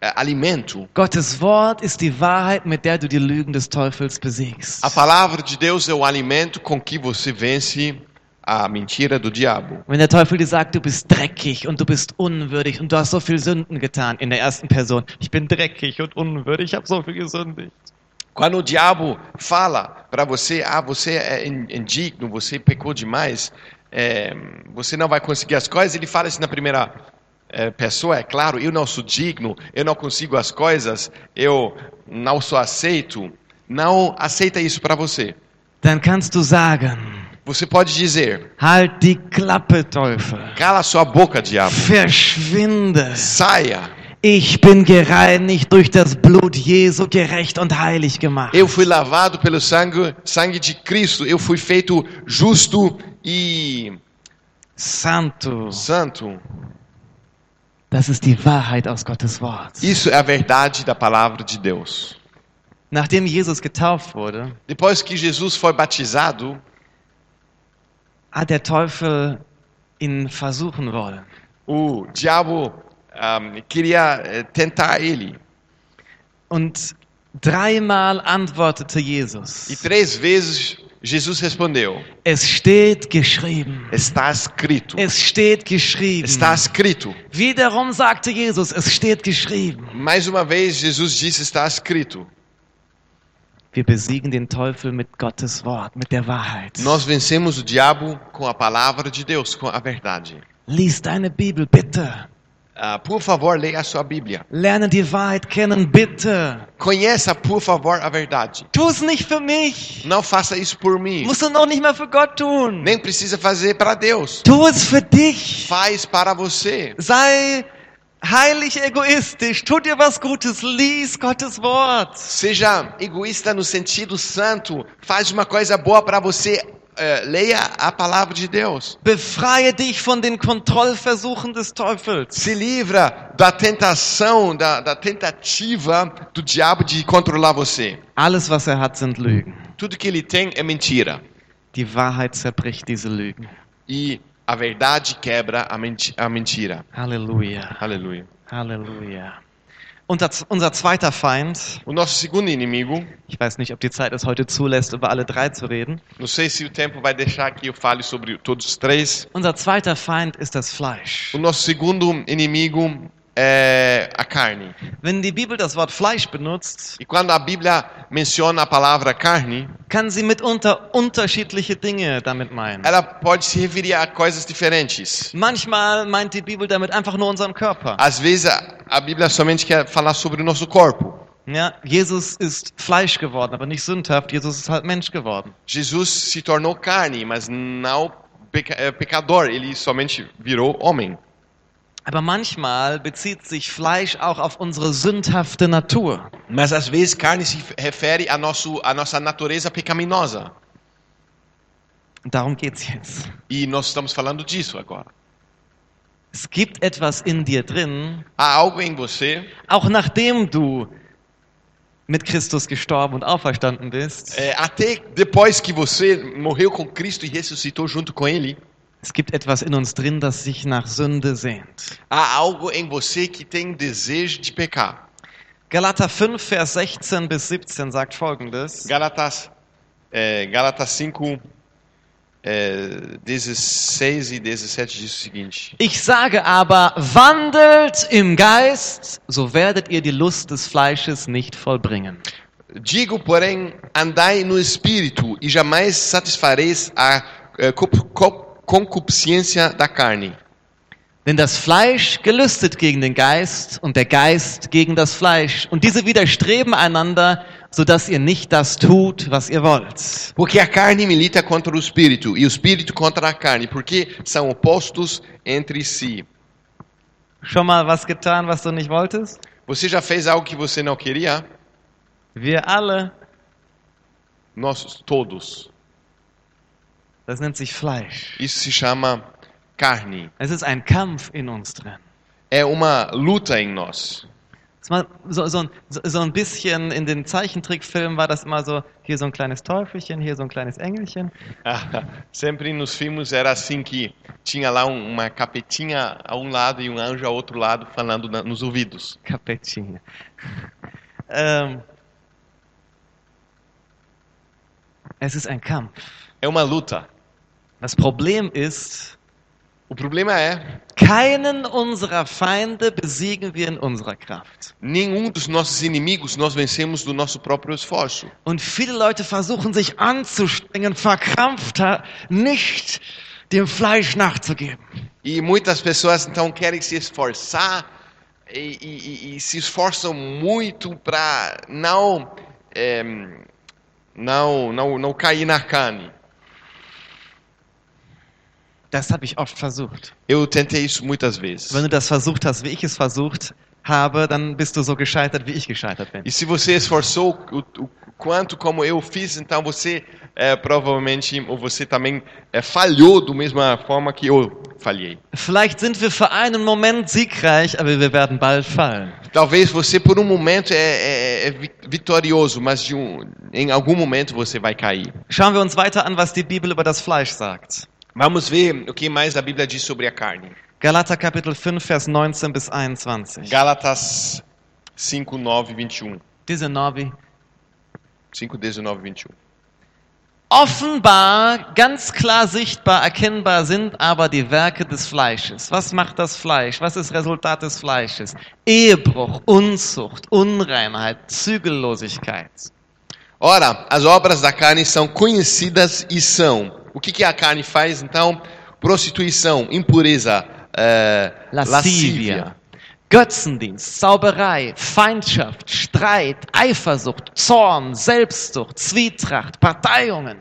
[SPEAKER 2] é alimento.
[SPEAKER 1] Gottes Wort ist die Wahrheit, mit der du die Lügen des Teufels besiegst.
[SPEAKER 2] A palavra de Deus é o alimento com que você vence a mentira do diabo.
[SPEAKER 1] Wenn der Teufel dir sagt, du bist dreckig und du bist unwürdig und du hast so viel Sünden getan in der ersten Person. Ich bin dreckig und unwürdig, ich habe so viel gesündigt.
[SPEAKER 2] Quando o diabo fala para você, ah, você é in- indigno, você pecou demais, é, você não vai conseguir as coisas, ele fala isso na primeira é, pessoa, é claro, eu não sou digno, eu não consigo as coisas, eu não sou aceito. Não aceita isso para você.
[SPEAKER 1] Dann kannst du sagen,
[SPEAKER 2] Você pode dizer,
[SPEAKER 1] halt die Klappe, Teufel.
[SPEAKER 2] cala sua boca, diabo,
[SPEAKER 1] Verschwinde.
[SPEAKER 2] saia.
[SPEAKER 1] Ich bin gereinigt durch das Blut Jesu, gerecht und heilig gemacht.
[SPEAKER 2] Eu fui lavado pelo sangue, sangue de Cristo, eu fui feito justo e
[SPEAKER 1] Santo.
[SPEAKER 2] santo.
[SPEAKER 1] Das ist die Wahrheit aus Gottes Wort.
[SPEAKER 2] Isso é a verdade da palavra de Deus.
[SPEAKER 1] Nachdem Jesus getauft wurde,
[SPEAKER 2] Depois que Jesus foi batizado,
[SPEAKER 1] hat der Teufel ihn versuchen wollen.
[SPEAKER 2] o diabo ahm, queria eh, tentar ele.
[SPEAKER 1] Und dreimal antwortete
[SPEAKER 2] E
[SPEAKER 1] Jesus,
[SPEAKER 2] três vezes Jesus respondeu:
[SPEAKER 1] es steht geschrieben.
[SPEAKER 2] Está escrito.
[SPEAKER 1] Es steht geschrieben.
[SPEAKER 2] Está escrito.
[SPEAKER 1] Wiederum sagte Jesus, es steht geschrieben.
[SPEAKER 2] Mais uma vez, Jesus disse: Está escrito.
[SPEAKER 1] Wir besiegen den Teufel mit Gottes Wort, mit der Wahrheit.
[SPEAKER 2] Nós vencemos o diabo com a palavra de Deus, com a verdade.
[SPEAKER 1] Lies deine Bibel, bitte.
[SPEAKER 2] Ah, por favor, leia a sua Bíblia.
[SPEAKER 1] Lerne die Wahrheit kennen, bitte.
[SPEAKER 2] Conheça, por favor, a verdade.
[SPEAKER 1] Tu es nicht für mich.
[SPEAKER 2] Não faça isso por mim.
[SPEAKER 1] Musst du noch nicht mal für Gott tun.
[SPEAKER 2] Nem precisa fazer para Deus.
[SPEAKER 1] Tu es für dich.
[SPEAKER 2] Faz para você.
[SPEAKER 1] Sei heilig egoistisch. Tu dir was Gutes. Lies Gottes Wort.
[SPEAKER 2] Seja egoísta no sentido santo. Faz uma coisa boa para você. eh, leia a palavra de Deus.
[SPEAKER 1] Befreie dich von den Kontrollversuchen des Teufels.
[SPEAKER 2] Se livra da tentação, da, da tentativa do diabo de controlar você.
[SPEAKER 1] Alles, was er hat, sind Lügen.
[SPEAKER 2] Tudo que ele tem é mentira.
[SPEAKER 1] Die Wahrheit zerbricht diese Lügen.
[SPEAKER 2] E a verdade quebra a, menti a mentira.
[SPEAKER 1] Halleluja.
[SPEAKER 2] Aleluia.
[SPEAKER 1] Halleluja. Unser, unser zweiter Feind,
[SPEAKER 2] O nosso segundo inimigo,
[SPEAKER 1] ich weiß nicht, ob die Zeit es heute zulässt, über alle drei zu reden.
[SPEAKER 2] não sei se o tempo vai deixar que eu fale sobre todos os três.
[SPEAKER 1] Unser zweiter Feind ist das Fleisch.
[SPEAKER 2] O nosso segundo inimigo é a carne.
[SPEAKER 1] Wenn die Bibel das Wort Fleisch benutzt,
[SPEAKER 2] E quando a Bíblia menciona a palavra carne,
[SPEAKER 1] kann sie mitunter unterschiedliche Dinge damit meinen.
[SPEAKER 2] ela pode se referir a coisas diferentes.
[SPEAKER 1] Manchmal meint die Bibel damit einfach nur unseren Körper.
[SPEAKER 2] Às vezes a, a Bíblia somente quer falar sobre o nosso corpo.
[SPEAKER 1] Ja, Jesus ist Fleisch geworden, aber nicht sündhaft. Jesus ist halt Mensch geworden.
[SPEAKER 2] Jesus se tornou carne, mas não peca, é, pecador, ele somente virou homem.
[SPEAKER 1] Aber manchmal bezieht sich Fleisch auch auf unsere sündhafte Natur.
[SPEAKER 2] Mas às vezes carne se refere a, nosso, a nossa natureza pecaminosa.
[SPEAKER 1] Und darum geht's jetzt.
[SPEAKER 2] E nós estamos falando disso agora.
[SPEAKER 1] Es gibt etwas in dir drin,
[SPEAKER 2] Há algo em você,
[SPEAKER 1] auch nachdem du mit Christus gestorben und auferstanden bist.
[SPEAKER 2] é, até depois que você morreu com Cristo e ressuscitou junto com Ele,
[SPEAKER 1] Es gibt etwas in uns drin, das sich nach Sünde sehnt.
[SPEAKER 2] há algo em você que tem desejo de pecar.
[SPEAKER 1] Galater 5, Vers 16 bis 17 sagt folgendes.
[SPEAKER 2] Galatas, é, Galatas 5, é, 16 e 17 diz o seguinte:
[SPEAKER 1] Ich sage aber, wandelt im Geist, so werdet ihr die Lust des Fleisches nicht vollbringen.
[SPEAKER 2] Digo, porém, andai no espírito e jamais satisfareis a é, co- co- concupiscência da carne.
[SPEAKER 1] Denn das Fleisch gelüstet gegen den Geist und der Geist gegen das Fleisch. Und diese widerstreben einander, sodass ihr nicht das tut, was ihr wollt.
[SPEAKER 2] Porque a carne milita contra o espírito e o espírito contra a carne, porque são opostos entre si.
[SPEAKER 1] Schon mal was getan, was du nicht wolltest?
[SPEAKER 2] Você já fez algo que você não queria?
[SPEAKER 1] Wir alle.
[SPEAKER 2] Nós todos.
[SPEAKER 1] Das nennt sich Fleisch.
[SPEAKER 2] Isso se chama carne.
[SPEAKER 1] Es ist ein Kampf in uns drin.
[SPEAKER 2] É uma luta em nós.
[SPEAKER 1] Das war So, so, ein- so, so ein bisschen in den Zeichentrickfilmen war das immer so, hier so ein kleines Teufelchen, hier so ein kleines Engelchen.
[SPEAKER 2] Ah, Sempre nos filmes era assim que tinha lá um- uma capetinha a um lado e um anjo ao outro lado falando na- nos ouvidos.
[SPEAKER 1] Capetinho. Ähm, es ist ein Kampf.
[SPEAKER 2] É uma luta.
[SPEAKER 1] Das Problem ist,
[SPEAKER 2] O problema é,
[SPEAKER 1] keinen unserer Feinde besiegen wir in unserer Kraft.
[SPEAKER 2] nenhum dos nossos inimigos nós vencemos do nosso próprio esforço.
[SPEAKER 1] Und viele Leute versuchen sich anzustrengen, verkrampft nicht dem Fleisch nachzugeben.
[SPEAKER 2] E muitas pessoas então querem se esforçar e, e- e- e se esforçam muito para não, eh, não, não, não cair na carne.
[SPEAKER 1] Das habe ich oft versucht.
[SPEAKER 2] Eu tentei isso muitas vezes.
[SPEAKER 1] Wenn du das versucht hast, wie ich es versucht habe, dann bist du so gescheitert, wie ich gescheitert bin.
[SPEAKER 2] E se você esforçou o, o quanto como eu fiz, então você eh, provavelmente ou você também eh, falhou da mesma forma que eu falhei.
[SPEAKER 1] Vielleicht sind wir für einen Moment siegreich, aber wir werden bald fallen.
[SPEAKER 2] Talvez você por um momento é, é, é vi- vitorioso, mas de um, em algum momento você vai cair.
[SPEAKER 1] Schauen wir uns weiter an, was die Bibel über das Fleisch sagt.
[SPEAKER 2] Vamos ver o que mais a Bíblia diz sobre a carne.
[SPEAKER 1] Galater Kapitel 5, Vers 19 bis 21.
[SPEAKER 2] Gálatas 5, 9, 21.
[SPEAKER 1] Diese Norbi.
[SPEAKER 2] 5, 19, 21.
[SPEAKER 1] Offenbar, ganz klar sichtbar, erkennbar sind aber die Werke des Fleisches. Was macht das Fleisch? Was ist Resultat des Fleisches? Ehebruch, Unzucht, Unreinheit, Zügellosigkeit.
[SPEAKER 2] Ora, as obras da carne são conhecidas e são. O que, que a carne faz, então? Prostituição, impureza, eh,
[SPEAKER 1] Lascivia. Götzendienst, Zauberei, Feindschaft, Streit, Eifersucht, Zorn, Selbstsucht, Zwietracht, Parteiungen,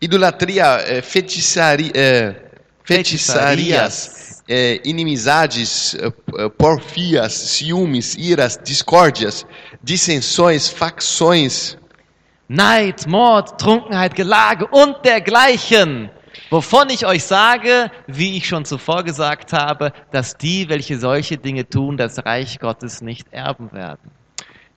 [SPEAKER 2] idolatria, eh, feitiçari- eh, feitiçarias, eh, inimizades, eh, eh, porfias, ciúmes, iras, discórdias, dissensões, facções,
[SPEAKER 1] Neid, Mord, Trunkenheit, Gelage und dergleichen. Wovon ich euch sage, wie ich schon zuvor gesagt habe, dass die, welche solche Dinge tun, das Reich Gottes nicht erben werden.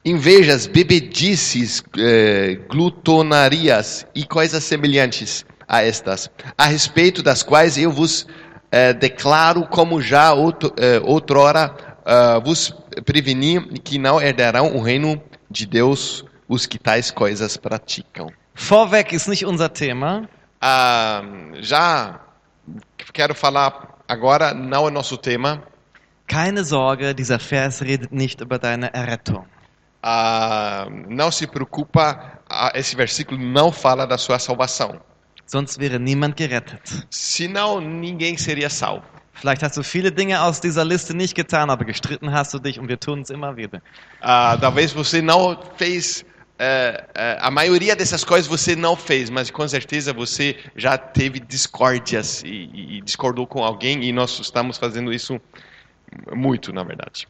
[SPEAKER 2] invejas, bebedices, eh, glutonarias e coisas semelhantes a estas, a respeito das quais eu vos eh, declaro, como já outro, eh, outrora ah, vos preveni, que não herdarão o reino de Deus os que tais coisas praticam.
[SPEAKER 1] Vorweg ist nicht unser Thema.
[SPEAKER 2] Ah, já quero falar agora, não é nosso tema.
[SPEAKER 1] Keine Sorge, dieser Vers redet nicht über deine Errettung.
[SPEAKER 2] Ah, não se preocupa, ah, esse versículo não fala da sua salvação.
[SPEAKER 1] Sonst wäre niemand gerettet.
[SPEAKER 2] Senão ninguém seria salvo.
[SPEAKER 1] Vielleicht hast du viele Dinge aus dieser Liste nicht getan, aber gestritten hast du dich und wir tun es immer wieder.
[SPEAKER 2] Ah, talvez você não fez. eh, eh, a maioria dessas coisas você não fez, mas com certeza você já teve discórdias e, e- e discordou com alguém, e nós estamos fazendo isso muito, na verdade.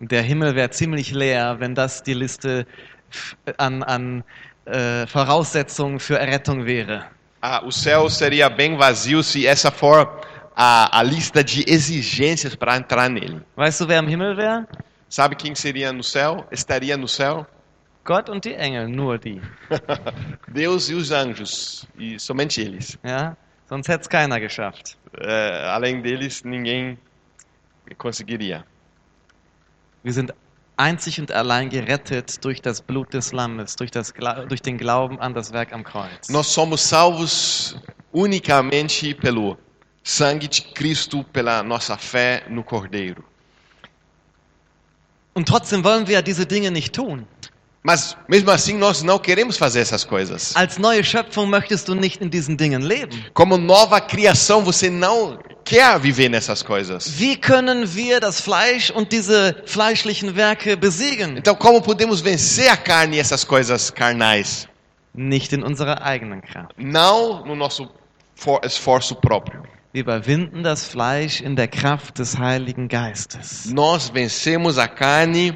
[SPEAKER 1] Der Himmel wäre ziemlich leer, wenn das die Liste f- an, an äh, Voraussetzungen für Errettung wäre.
[SPEAKER 2] Ah, o céu seria bem vazio se essa for a, a lista de exigências para entrar nele.
[SPEAKER 1] Weißt du, wer im Himmel wäre?
[SPEAKER 2] Sabe quem seria no céu? Estaria no céu?
[SPEAKER 1] Gott und die Engel, nur die.
[SPEAKER 2] Deus e os anjos, e somente eles.
[SPEAKER 1] Ja? Sonst hätte es keiner geschafft.
[SPEAKER 2] É, além deles, ninguém conseguiria.
[SPEAKER 1] Wir sind einzig und allein gerettet durch das Blut des Lammes, durch, das, Gla- durch den Glauben an das Werk am Kreuz.
[SPEAKER 2] Nós somos salvos unicamente pelo sangue de Cristo, pela nossa fé no Cordeiro.
[SPEAKER 1] Und trotzdem wollen wir ja diese Dinge nicht tun.
[SPEAKER 2] Mas mesmo assim, nós não queremos fazer essas coisas.
[SPEAKER 1] Als neue Schöpfung möchtest du nicht in diesen Dingen leben.
[SPEAKER 2] Como nova criação, você não quer viver nessas coisas.
[SPEAKER 1] Wie können wir das Fleisch und diese fleischlichen Werke besiegen?
[SPEAKER 2] Então, como podemos vencer a carne e essas coisas carnais?
[SPEAKER 1] Nicht in unserer eigenen Kraft.
[SPEAKER 2] Não no nosso for- esforço próprio.
[SPEAKER 1] Wir überwinden das Fleisch in der Kraft des Heiligen Geistes.
[SPEAKER 2] Nós vencemos a carne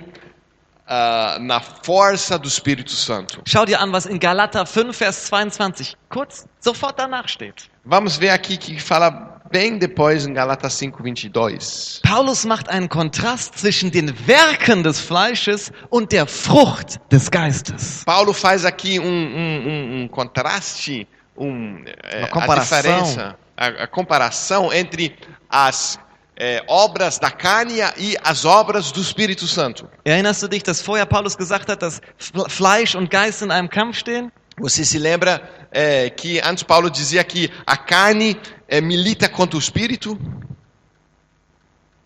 [SPEAKER 2] ah, na força do Espírito Santo.
[SPEAKER 1] Schau dir an, was in Galater 5, Vers 22 kurz sofort danach steht.
[SPEAKER 2] Vamos ver aqui que fala bem depois em Galatas 5:22.
[SPEAKER 1] Paulus macht einen Kontrast zwischen den Werken des Fleisches und der Frucht des Geistes.
[SPEAKER 2] Paulo faz aqui um, um- um- um contraste, um, é,
[SPEAKER 1] Uma
[SPEAKER 2] a
[SPEAKER 1] comparação.
[SPEAKER 2] diferença, a, a comparação entre as é, obras da carne e as obras do Espírito Santo.
[SPEAKER 1] Erinnerst du dich, dass vorher Paulus gesagt hat, dass Fle- Fleisch und Geist in einem Kampf stehen?
[SPEAKER 2] Você se lembra é, que antes Paulo dizia que a carne é, milita contra o Espírito?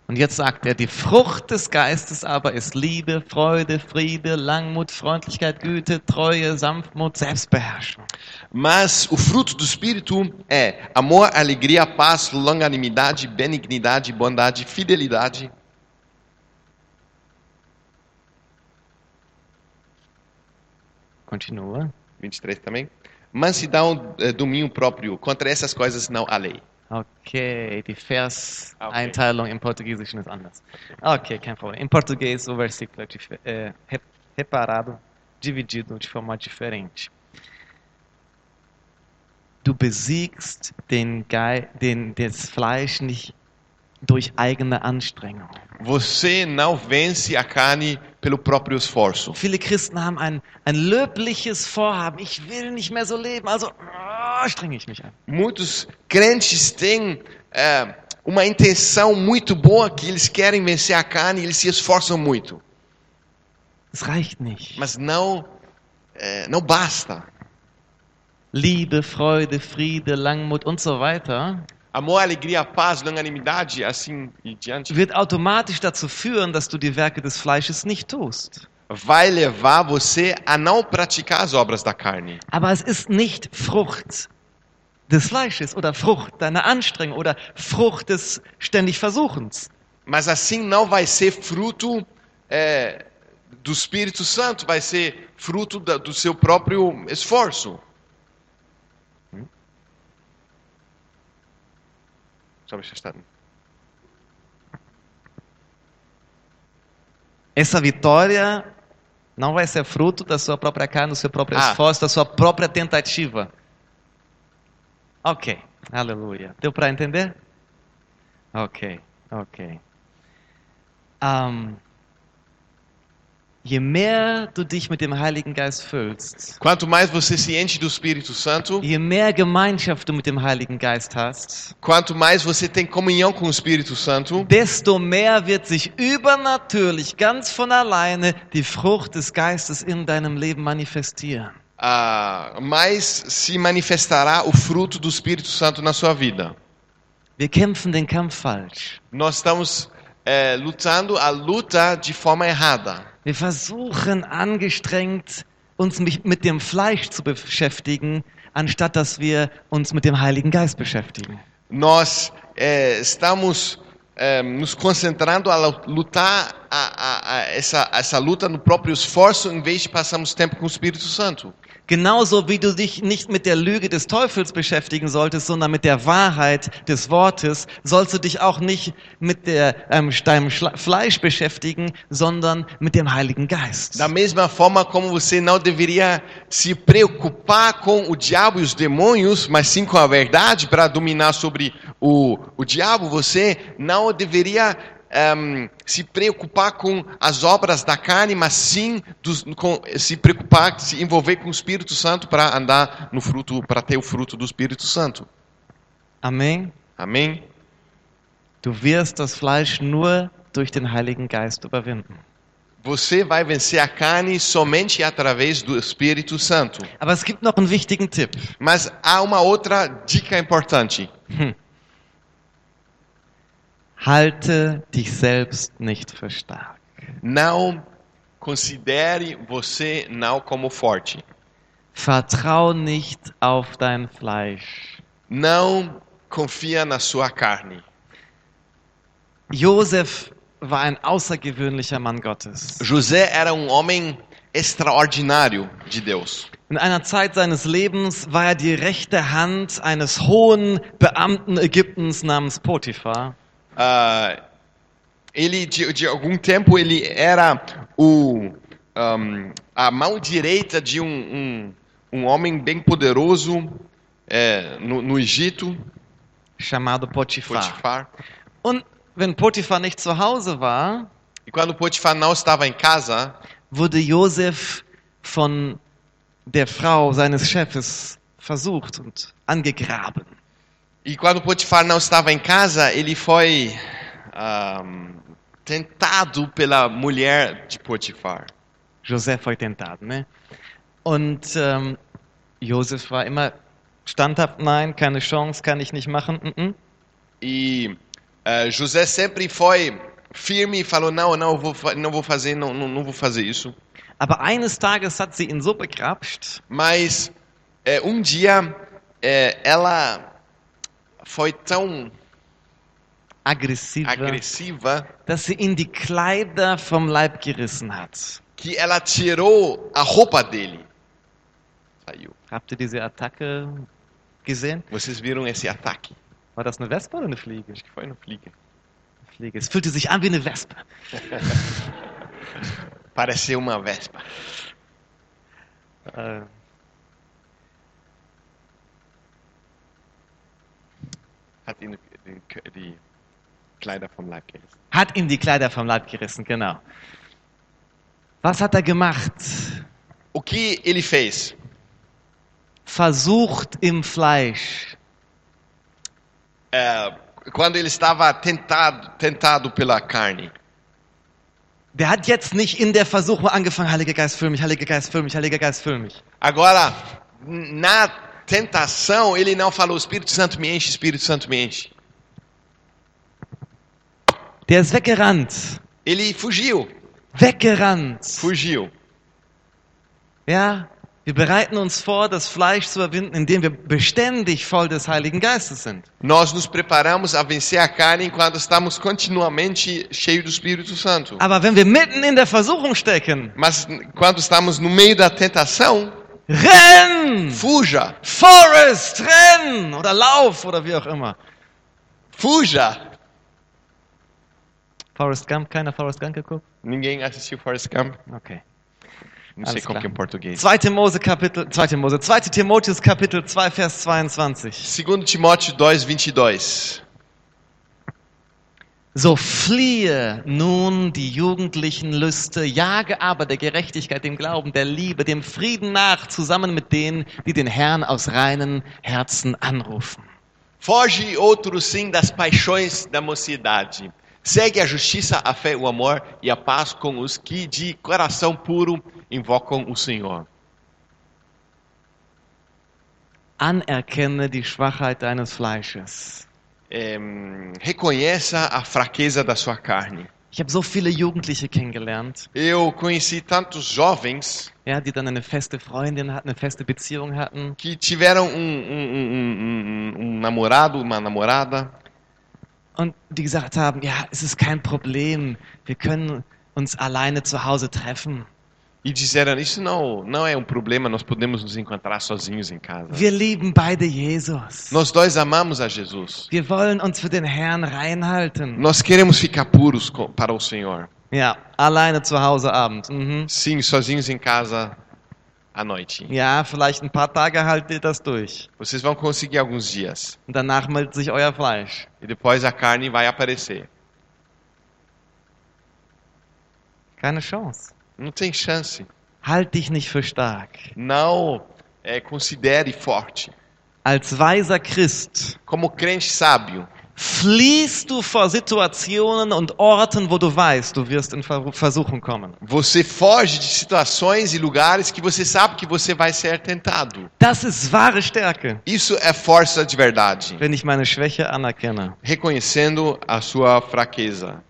[SPEAKER 1] Und jetzt sagt er, die Frucht des Geistes aber ist Liebe, Freude, Friede, Langmut, Freundlichkeit, Güte, Treue, Sanftmut, Selbstbeherrschung.
[SPEAKER 2] Mas o fruto do Espírito é amor, alegria, paz, longanimidade, benignidade, bondade, fidelidade.
[SPEAKER 1] Continua.
[SPEAKER 2] 23 também. Mansidão, eh, domínio próprio. Contra essas coisas não há lei.
[SPEAKER 1] Okay, die
[SPEAKER 2] Ah, okay.
[SPEAKER 1] Vers-Einteilung im Portugiesischen ist anders. Okay, kein Problem. Em português, o versículo é dif- é re- reparado, dividido de forma diferente. Du besiegst den, Gei- den, das Fleisch nicht durch eigene Anstrengung.
[SPEAKER 2] Você não vence a carne pelo próprio esforço.
[SPEAKER 1] Viele Christen haben ein, ein löbliches Vorhaben. Ich will nicht mehr so leben, also ah, strenge ich mich an.
[SPEAKER 2] Muitos crentes têm eh, uma intenção muito boa que eles querem vencer a carne e eles se esforçam muito.
[SPEAKER 1] Es reicht nicht.
[SPEAKER 2] Mas não, eh, não basta.
[SPEAKER 1] Liebe, Freude, Friede, Langmut und so weiter
[SPEAKER 2] Amor, alegria, paz, longanimidade, assim e diante,
[SPEAKER 1] wird automatisch dazu führen, dass du die Werke des Fleisches nicht tust.
[SPEAKER 2] vai levar você a não praticar as obras da carne.
[SPEAKER 1] Aber es ist nicht Frucht des Fleisches oder Frucht deiner Anstrengung oder Frucht des ständig Versuchens.
[SPEAKER 2] Mas assim não vai ser fruto é, do Espírito Santo, vai ser fruto da- do seu próprio esforço. Hum? Só um me assustar.
[SPEAKER 1] Essa vitória não vai ser fruto da sua própria carne, do seu próprio
[SPEAKER 2] Ah.
[SPEAKER 1] esforço, da sua própria tentativa. Ok, aleluia. Deu para entender? Ok, ok. Ahm, je mehr du dich mit dem Heiligen Geist füllst,
[SPEAKER 2] Quanto mais você se enche do Espírito Santo,
[SPEAKER 1] je mehr Gemeinschaft du mit dem Heiligen Geist hast,
[SPEAKER 2] quanto mais você tem comunhão com o Espírito Santo,
[SPEAKER 1] desto mehr wird sich übernatürlich ganz von alleine die Frucht des Geistes in deinem Leben manifestieren.
[SPEAKER 2] ah, mais se manifestará o fruto do Espírito Santo na sua vida.
[SPEAKER 1] Wir kämpfen den Kampf falsch.
[SPEAKER 2] Nós estamos é, lutando a luta de forma errada.
[SPEAKER 1] Wir versuchen angestrengt, uns mich- mit dem Fleisch zu beschäftigen, anstatt dass wir uns mit dem Heiligen Geist beschäftigen.
[SPEAKER 2] nós eh, estamos eh, nos concentrando a lu- lutar a, a- a essa, essa luta no próprio esforço, em vez de passarmos tempo com o Espírito Santo.
[SPEAKER 1] Genauso wie du dich nicht mit der Lüge des Teufels beschäftigen solltest, sondern mit der Wahrheit des Wortes, sollst du dich auch nicht mit der, ähm, deinem Schla Fleisch beschäftigen, sondern mit dem Heiligen Geist.
[SPEAKER 2] Da mesma forma como você não deveria se preocupar com o diabo e os demônios, mas sim com a verdade para dominar sobre o, o diabo, você não deveria ehm, se preocupar com as obras da carne, mas sim dos- com- se preocupar, se envolver com o Espírito Santo para andar no fruto, para ter o fruto do Espírito Santo.
[SPEAKER 1] Amém.
[SPEAKER 2] Amém?
[SPEAKER 1] Du wirst das Fleisch nur durch den Heiligen Geist überwinden.
[SPEAKER 2] Você vai vencer a carne somente através do Espírito Santo.
[SPEAKER 1] Aber es gibt noch einen wichtigen Tipp.
[SPEAKER 2] Mas há uma outra dica importante.
[SPEAKER 1] Halte dich selbst nicht für stark.
[SPEAKER 2] Não considere você não como forte.
[SPEAKER 1] Vertrau nicht auf dein Fleisch.
[SPEAKER 2] Não confia na sua carne.
[SPEAKER 1] Josef war ein außergewöhnlicher Mann Gottes.
[SPEAKER 2] José era um homem extraordinário de Deus.
[SPEAKER 1] In einer Zeit seines Lebens war er die rechte Hand eines hohen Beamten Ägyptens namens Potiphar.
[SPEAKER 2] Ah, ele de, de algum tempo ele era o ahm, a mão direita de um, um, um homem bem poderoso eh, no, no Egito,
[SPEAKER 1] Chamado Potiphar.
[SPEAKER 2] Potifar.
[SPEAKER 1] Und wenn Potiphar nicht zu Hause war,
[SPEAKER 2] E quando Potifar não estava em casa,
[SPEAKER 1] wurde Josef von der Frau seines Chefes versucht und angegraben.
[SPEAKER 2] E quando Potifar não estava em casa, ele foi ahm, tentado pela mulher de Potifar.
[SPEAKER 1] Josef heute den Taten, ne? Und ähm, Josef war immer standhaft, nein, keine Chance, kann ich nicht machen. mm, mm.
[SPEAKER 2] E eh, José sempre foi firme e falou: não, não eu vou, fa- não vou fazer, não, não, não vou fazer isso.
[SPEAKER 1] Aber eines Tages hat sie ihn so begrapscht,
[SPEAKER 2] Mas eh, um dia eh, ela foi tão
[SPEAKER 1] aggressiv,
[SPEAKER 2] agressiva
[SPEAKER 1] dass sie ihm die Kleider vom Leib gerissen hat.
[SPEAKER 2] que ela tirou a roupa dele. Saiu.
[SPEAKER 1] Habt ihr diese Attacke gesehen?
[SPEAKER 2] Vocês viram esse ataque?
[SPEAKER 1] War das eine Wespe oder eine Fliege?
[SPEAKER 2] Acho que foi no Flickr.
[SPEAKER 1] Fliege. Es fühlte sich an wie eine Wespe.
[SPEAKER 2] Pareceu uma vespa.
[SPEAKER 1] Äh.
[SPEAKER 2] hat ihn die, Kö- die Kleider vom Leib gerissen.
[SPEAKER 1] Hat ihm die Kleider vom Leib gerissen, genau. Was hat er gemacht?
[SPEAKER 2] O que ele fez?
[SPEAKER 1] Versucht im Fleisch.
[SPEAKER 2] É, quando ele estava tentado, tentado pela carne,
[SPEAKER 1] Der hat jetzt nicht in der Versuchung angefangen, Heiliger Geist, füll mich, Heiliger Geist, füll mich, Heiliger Geist, füll mich.
[SPEAKER 2] agora n- na tentação ele não falou Espírito Santo me enche, Espírito Santo me enche.
[SPEAKER 1] Der ist weggerannt.
[SPEAKER 2] Ele fugiu,
[SPEAKER 1] Weggerannt.
[SPEAKER 2] fugiu.
[SPEAKER 1] Ja, wir bereiten uns vor, das Fleisch zu überwinden, indem wir beständig voll des Heiligen Geistes sind.
[SPEAKER 2] Nós nos preparamos a vencer a carne enquanto estamos continuamente cheios do Espírito Santo.
[SPEAKER 1] Aber wenn wir mitten in der Versuchung stecken,
[SPEAKER 2] Mas n- quando estamos no meio da tentação,
[SPEAKER 1] renn!
[SPEAKER 2] fuja,
[SPEAKER 1] Forest, renn! Oder lauf oder wie auch immer.
[SPEAKER 2] fuja.
[SPEAKER 1] Forrest Gump, keiner Forrest Gump geguckt?
[SPEAKER 2] Ninguém assistiu Forrest Gump?
[SPEAKER 1] Okay.
[SPEAKER 2] Não sei
[SPEAKER 1] Alles klar.
[SPEAKER 2] como que é em português.
[SPEAKER 1] 2. Mose Kapitel, 2. Mose, 2. Timotheus Kapitel 2, Vers 22.
[SPEAKER 2] Segundo Timóteo 2, 22.
[SPEAKER 1] So fliehe nun die jugendlichen Lüste, jage aber der Gerechtigkeit, dem Glauben, der Liebe, dem Frieden nach, zusammen mit denen, die den Herrn aus reinen Herzen anrufen.
[SPEAKER 2] Foge outro sim das paixões da mocidade. Segue a justiça, a fé, o amor e a paz com os que de coração puro invocam o Senhor.
[SPEAKER 1] Anerkenne die Schwachheit deines Fleisches.
[SPEAKER 2] Em, Ehm, reconheça a fraqueza da sua carne.
[SPEAKER 1] Ich habe so viele Jugendliche kennengelernt,
[SPEAKER 2] Eu conheci tantos jovens
[SPEAKER 1] ja, die dann eine feste Freundin hatten, eine feste Beziehung hatten.
[SPEAKER 2] que tiveram um, um- um- um- um- um namorado, uma namorada,
[SPEAKER 1] Und die gesagt haben, ja, es ist kein Problem, wir können uns alleine zu Hause treffen.
[SPEAKER 2] e disseram: Isso não, não é um problema, nós podemos nos encontrar sozinhos em casa.
[SPEAKER 1] Wir lieben beide Jesus.
[SPEAKER 2] Nós dois amamos a Jesus.
[SPEAKER 1] Wir wollen uns für den Herrn reinhalten.
[SPEAKER 2] Nós queremos ficar puros co- para o Senhor.
[SPEAKER 1] Ja, alleine zu Hause abends. Mhm.
[SPEAKER 2] Sim, sozinhos em casa. à noite.
[SPEAKER 1] Ja, vielleicht ein paar Tage haltet ihr das durch.
[SPEAKER 2] Vocês vão conseguir alguns dias.
[SPEAKER 1] Und danach meldet sich euer Fleisch.
[SPEAKER 2] E depois a carne vai aparecer.
[SPEAKER 1] Keine Chance.
[SPEAKER 2] Não tem chance.
[SPEAKER 1] Halt dich nicht für stark.
[SPEAKER 2] Não é, considere forte.
[SPEAKER 1] Als weiser Christ
[SPEAKER 2] Como crente sábio,
[SPEAKER 1] fliehst du vor Situationen und Orten, wo du weißt, du wirst in Ver- Versuchung kommen.
[SPEAKER 2] você foge de situações e lugares que você sabe que você vai ser tentado.
[SPEAKER 1] Das ist wahre Stärke,
[SPEAKER 2] Isso é força de verdade.
[SPEAKER 1] wenn ich meine Schwäche anerkenne.
[SPEAKER 2] Reconhecendo a sua fraqueza.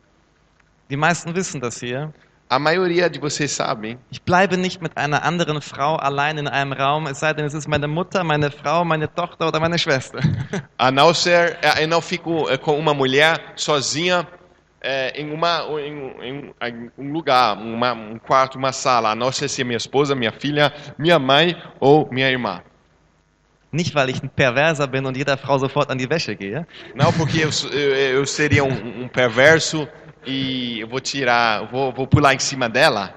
[SPEAKER 1] Die meisten wissen das hier.
[SPEAKER 2] A maioria de vocês sabem.
[SPEAKER 1] Ich bleibe nicht mit einer anderen Frau allein in einem Raum, es sei denn, es ist meine Mutter, meine Frau, meine Tochter oder meine Schwester.
[SPEAKER 2] A não ser, é, eu não fico é, com uma mulher sozinha é, em, uma, em, um- em um- em um lugar, uma, um quarto, uma sala. A não ser se é minha esposa, minha filha, minha mãe ou minha irmã.
[SPEAKER 1] Nicht, weil ich ein Perverser bin und jeder Frau sofort an die Wäsche gehe.
[SPEAKER 2] Não porque eu, sou- eu, eu seria um, um perverso e eu vou tirar, vou, vou pular em cima dela.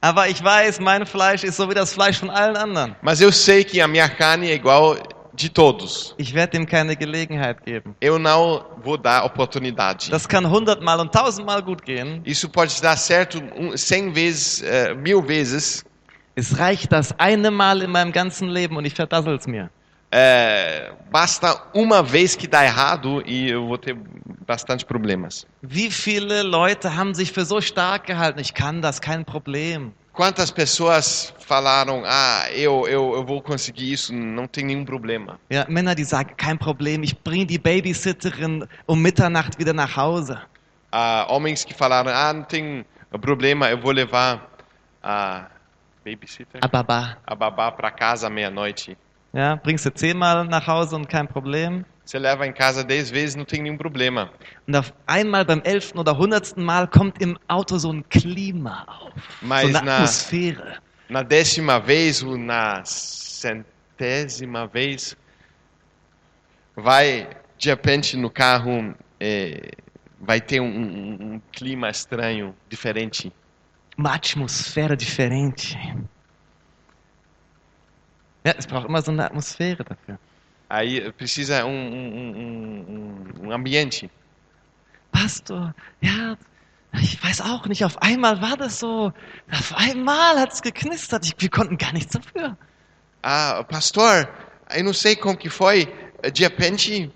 [SPEAKER 1] Aber ich weiß, mein Fleisch ist so wie das Fleisch von allen anderen.
[SPEAKER 2] Mas eu sei que a minha carne é igual de todos.
[SPEAKER 1] Ich werde dem keine Gelegenheit geben.
[SPEAKER 2] Eu não vou dar oportunidade.
[SPEAKER 1] Das kann hundertmal und tausendmal gut gehen.
[SPEAKER 2] Isso pode dar certo um, cem vezes, eh, mil vezes.
[SPEAKER 1] Es reicht das eine Mal in meinem ganzen Leben und ich verdassel's mir.
[SPEAKER 2] Eh, basta uma vez que dá errado e eu vou ter bastante problemas.
[SPEAKER 1] Wie viele Leute haben sich für so stark gehalten? Ich kann das, kein Problem.
[SPEAKER 2] Quantas pessoas falaram, ah, eu, eu, eu vou conseguir isso, não tem nenhum problema.
[SPEAKER 1] Ja, Männer, die sagen, kein Problem, ich bringe die Babysitterin um Mitternacht wieder nach Hause.
[SPEAKER 2] Há homens que falaram, ah, não tem problema, eu vou levar a babysitter,
[SPEAKER 1] Ababa.
[SPEAKER 2] a babá para casa à meia-noite.
[SPEAKER 1] Ja, bringst du zehnmal nach Hause und kein Problem.
[SPEAKER 2] Você leva em casa dez vezes, não tem nenhum problema.
[SPEAKER 1] Und auf einmal beim elften oder hundertsten Mal kommt im Auto so ein Klima auf.
[SPEAKER 2] Mas
[SPEAKER 1] so eine
[SPEAKER 2] na,
[SPEAKER 1] Atmosphäre.
[SPEAKER 2] na décima vez, ou na centésima vez, vai de repente no carro, eh, vai ter um, um- um clima estranho, diferente.
[SPEAKER 1] Uma atmosfera diferente. Ja, es braucht immer so eine Atmosphäre dafür.
[SPEAKER 2] Aí precisa um, um- um- um- um ambiente.
[SPEAKER 1] Pastor, ja, ich weiß auch nicht, auf einmal war das so. Auf einmal hat es geknistert. Ich, wir konnten gar nichts dafür.
[SPEAKER 2] Ah, pastor, eu não sei como que foi, de repente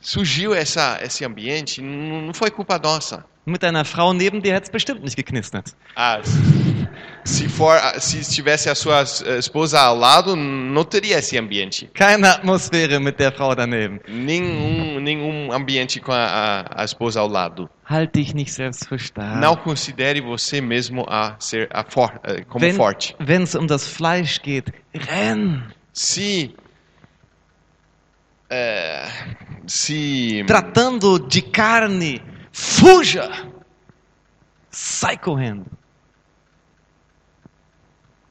[SPEAKER 2] surgiu essa, esse ambiente, não, não foi culpa nossa.
[SPEAKER 1] Mit deiner Frau neben dir hätte es bestimmt nicht geknistert.
[SPEAKER 2] Ah, se, for, ah, se tivesse a sua eh, esposa ao lado, não teria esse ambiente.
[SPEAKER 1] Keine Atmosphäre mit der Frau daneben.
[SPEAKER 2] Nenhum, nenhum ambiente com a, a, a esposa ao lado.
[SPEAKER 1] Halt dich nicht selbst für stark.
[SPEAKER 2] Não considere você mesmo a ser a for, eh, como
[SPEAKER 1] Wenn-
[SPEAKER 2] forte.
[SPEAKER 1] Wenn es um das Fleisch geht, renn.
[SPEAKER 2] Se eh, se
[SPEAKER 1] Tratando de carne, fuja. Sai correndo.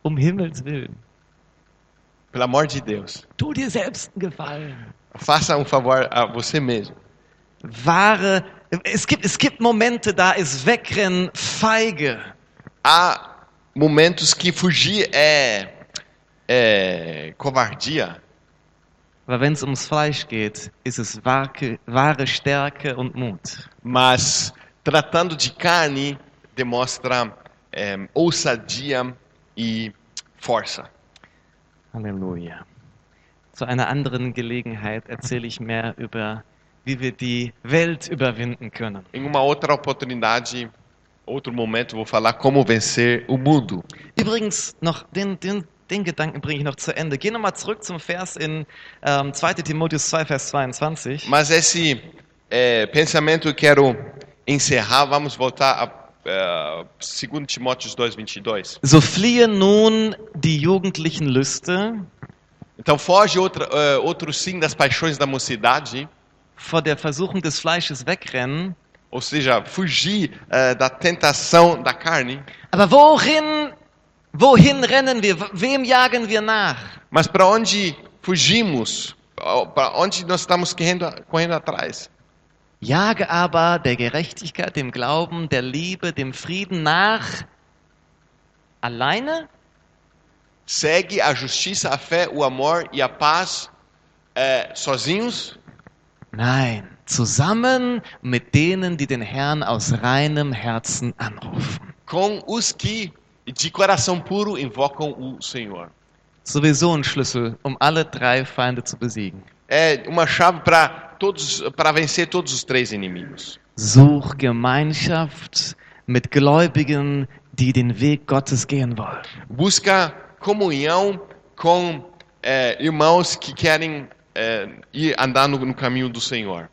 [SPEAKER 1] Um Himmels Willen.
[SPEAKER 2] pelo amor de Deus,
[SPEAKER 1] Tu dir selbst einen Gefallen.
[SPEAKER 2] faça um favor a você mesmo.
[SPEAKER 1] Wahre, es gibt, es gibt Momente, da ist Wegrennen feige.
[SPEAKER 2] Há momentos que fugir é, é covardia,
[SPEAKER 1] Aber wenn es ums Fleisch geht, ist es wahre, wahre Stärke und Mut.
[SPEAKER 2] mas tratando de carne demonstra é, ousadia e força.
[SPEAKER 1] Halleluja. Zu einer anderen Gelegenheit erzähle ich mehr über, wie wir die Welt überwinden können.
[SPEAKER 2] Em uma outra oportunidade, outro momento, vou falar como vencer o mundo.
[SPEAKER 1] Übrigens noch den, den, den Gedanken bringe ich noch zu Ende. Geh nochmal zurück zum Vers in ähm, 2. Timotheus 2, Vers 22.
[SPEAKER 2] Mas esse é, pensamento eu quero encerrar. Vamos voltar a é, 2 Timóteo 2,22.
[SPEAKER 1] So fliehen nun die jugendlichen Lüste
[SPEAKER 2] Então foge outra, é, outro sim das paixões da mocidade,
[SPEAKER 1] vor der Versuchung des Fleisches wegrennen.
[SPEAKER 2] ou seja, fugir é, da tentação da carne.
[SPEAKER 1] Aber wohin, wohin rennen wir? Wem jagen wir nach?
[SPEAKER 2] Mas para onde fugimos? Para onde nós estamos correndo, correndo atrás?
[SPEAKER 1] Jage aber der Gerechtigkeit, dem Glauben, der Liebe, dem Frieden nach. Alleine?
[SPEAKER 2] segue a justiça, a fé, o amor e a paz eh, sozinhos?
[SPEAKER 1] Nein, zusammen mit denen, die den Herrn aus reinem Herzen anrufen.
[SPEAKER 2] Com os que de coração puro invocam o Senhor.
[SPEAKER 1] Sowieso ein Schlüssel, um alle drei Feinde zu besiegen.
[SPEAKER 2] É uma chave para todos, para vencer todos os três inimigos.
[SPEAKER 1] Such Gemeinschaft mit Gläubigen, die den Weg Gottes gehen wollen.
[SPEAKER 2] Busca comunhão com eh, irmãos que querem eh, ir andar no, no caminho do Senhor.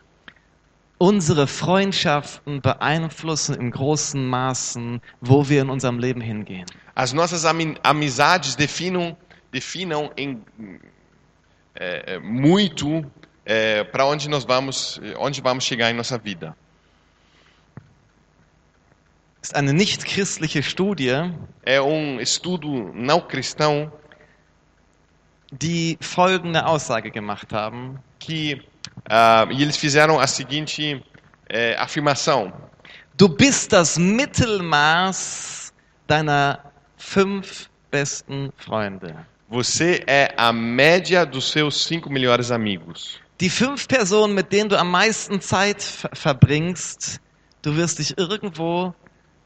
[SPEAKER 1] Unsere Freundschaften beeinflussen im großen Maßen, wo wir in unserem Leben hingehen.
[SPEAKER 2] As nossas ami- amizades definam, definam em, eh, eh, muito para onde nós vamos, eh, onde vamos chegar em nossa vida.
[SPEAKER 1] Ist eine nichtchristliche Studie,
[SPEAKER 2] É um estudo não cristão
[SPEAKER 1] die folgende Aussage gemacht haben:
[SPEAKER 2] que ah, e eles fizeram a seguinte eh, afirmação:
[SPEAKER 1] Du bist das Mittelmaß deiner fünf besten Freunde.
[SPEAKER 2] Você é a média dos seus cinco melhores amigos.
[SPEAKER 1] Die fünf Personen, mit denen du am meisten Zeit ver verbringst, du wirst dich irgendwo,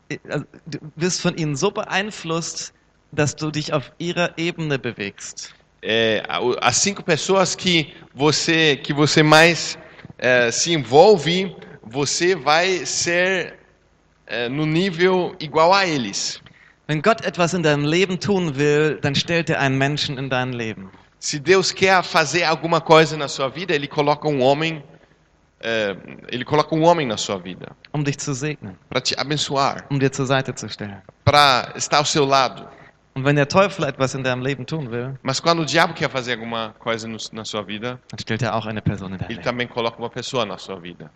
[SPEAKER 1] äh, also, du wirst von ihnen so beeinflusst, dass du dich auf ihrer Ebene bewegst.
[SPEAKER 2] É, a- o- as cinco pessoas que você que você mais eh, se envolve, você vai ser eh, no nível igual a eles.
[SPEAKER 1] Wenn Gott etwas in deinem Leben tun will, dann stellt er einen Menschen in dein Leben.
[SPEAKER 2] Se Deus quer fazer alguma coisa na sua vida, Ele coloca um homem, eh, Ele coloca um homem na sua vida
[SPEAKER 1] um dich zu segnen,
[SPEAKER 2] para te abençoar,
[SPEAKER 1] um dir zur Seite zu stellen.
[SPEAKER 2] para estar ao seu lado.
[SPEAKER 1] Und wenn der Teufel etwas in deinem Leben tun will,
[SPEAKER 2] Mas quando o diabo quer fazer alguma coisa no- na sua vida,
[SPEAKER 1] dann stellt er auch eine Person in dein
[SPEAKER 2] ele
[SPEAKER 1] Leben,
[SPEAKER 2] também coloca uma pessoa na sua vida.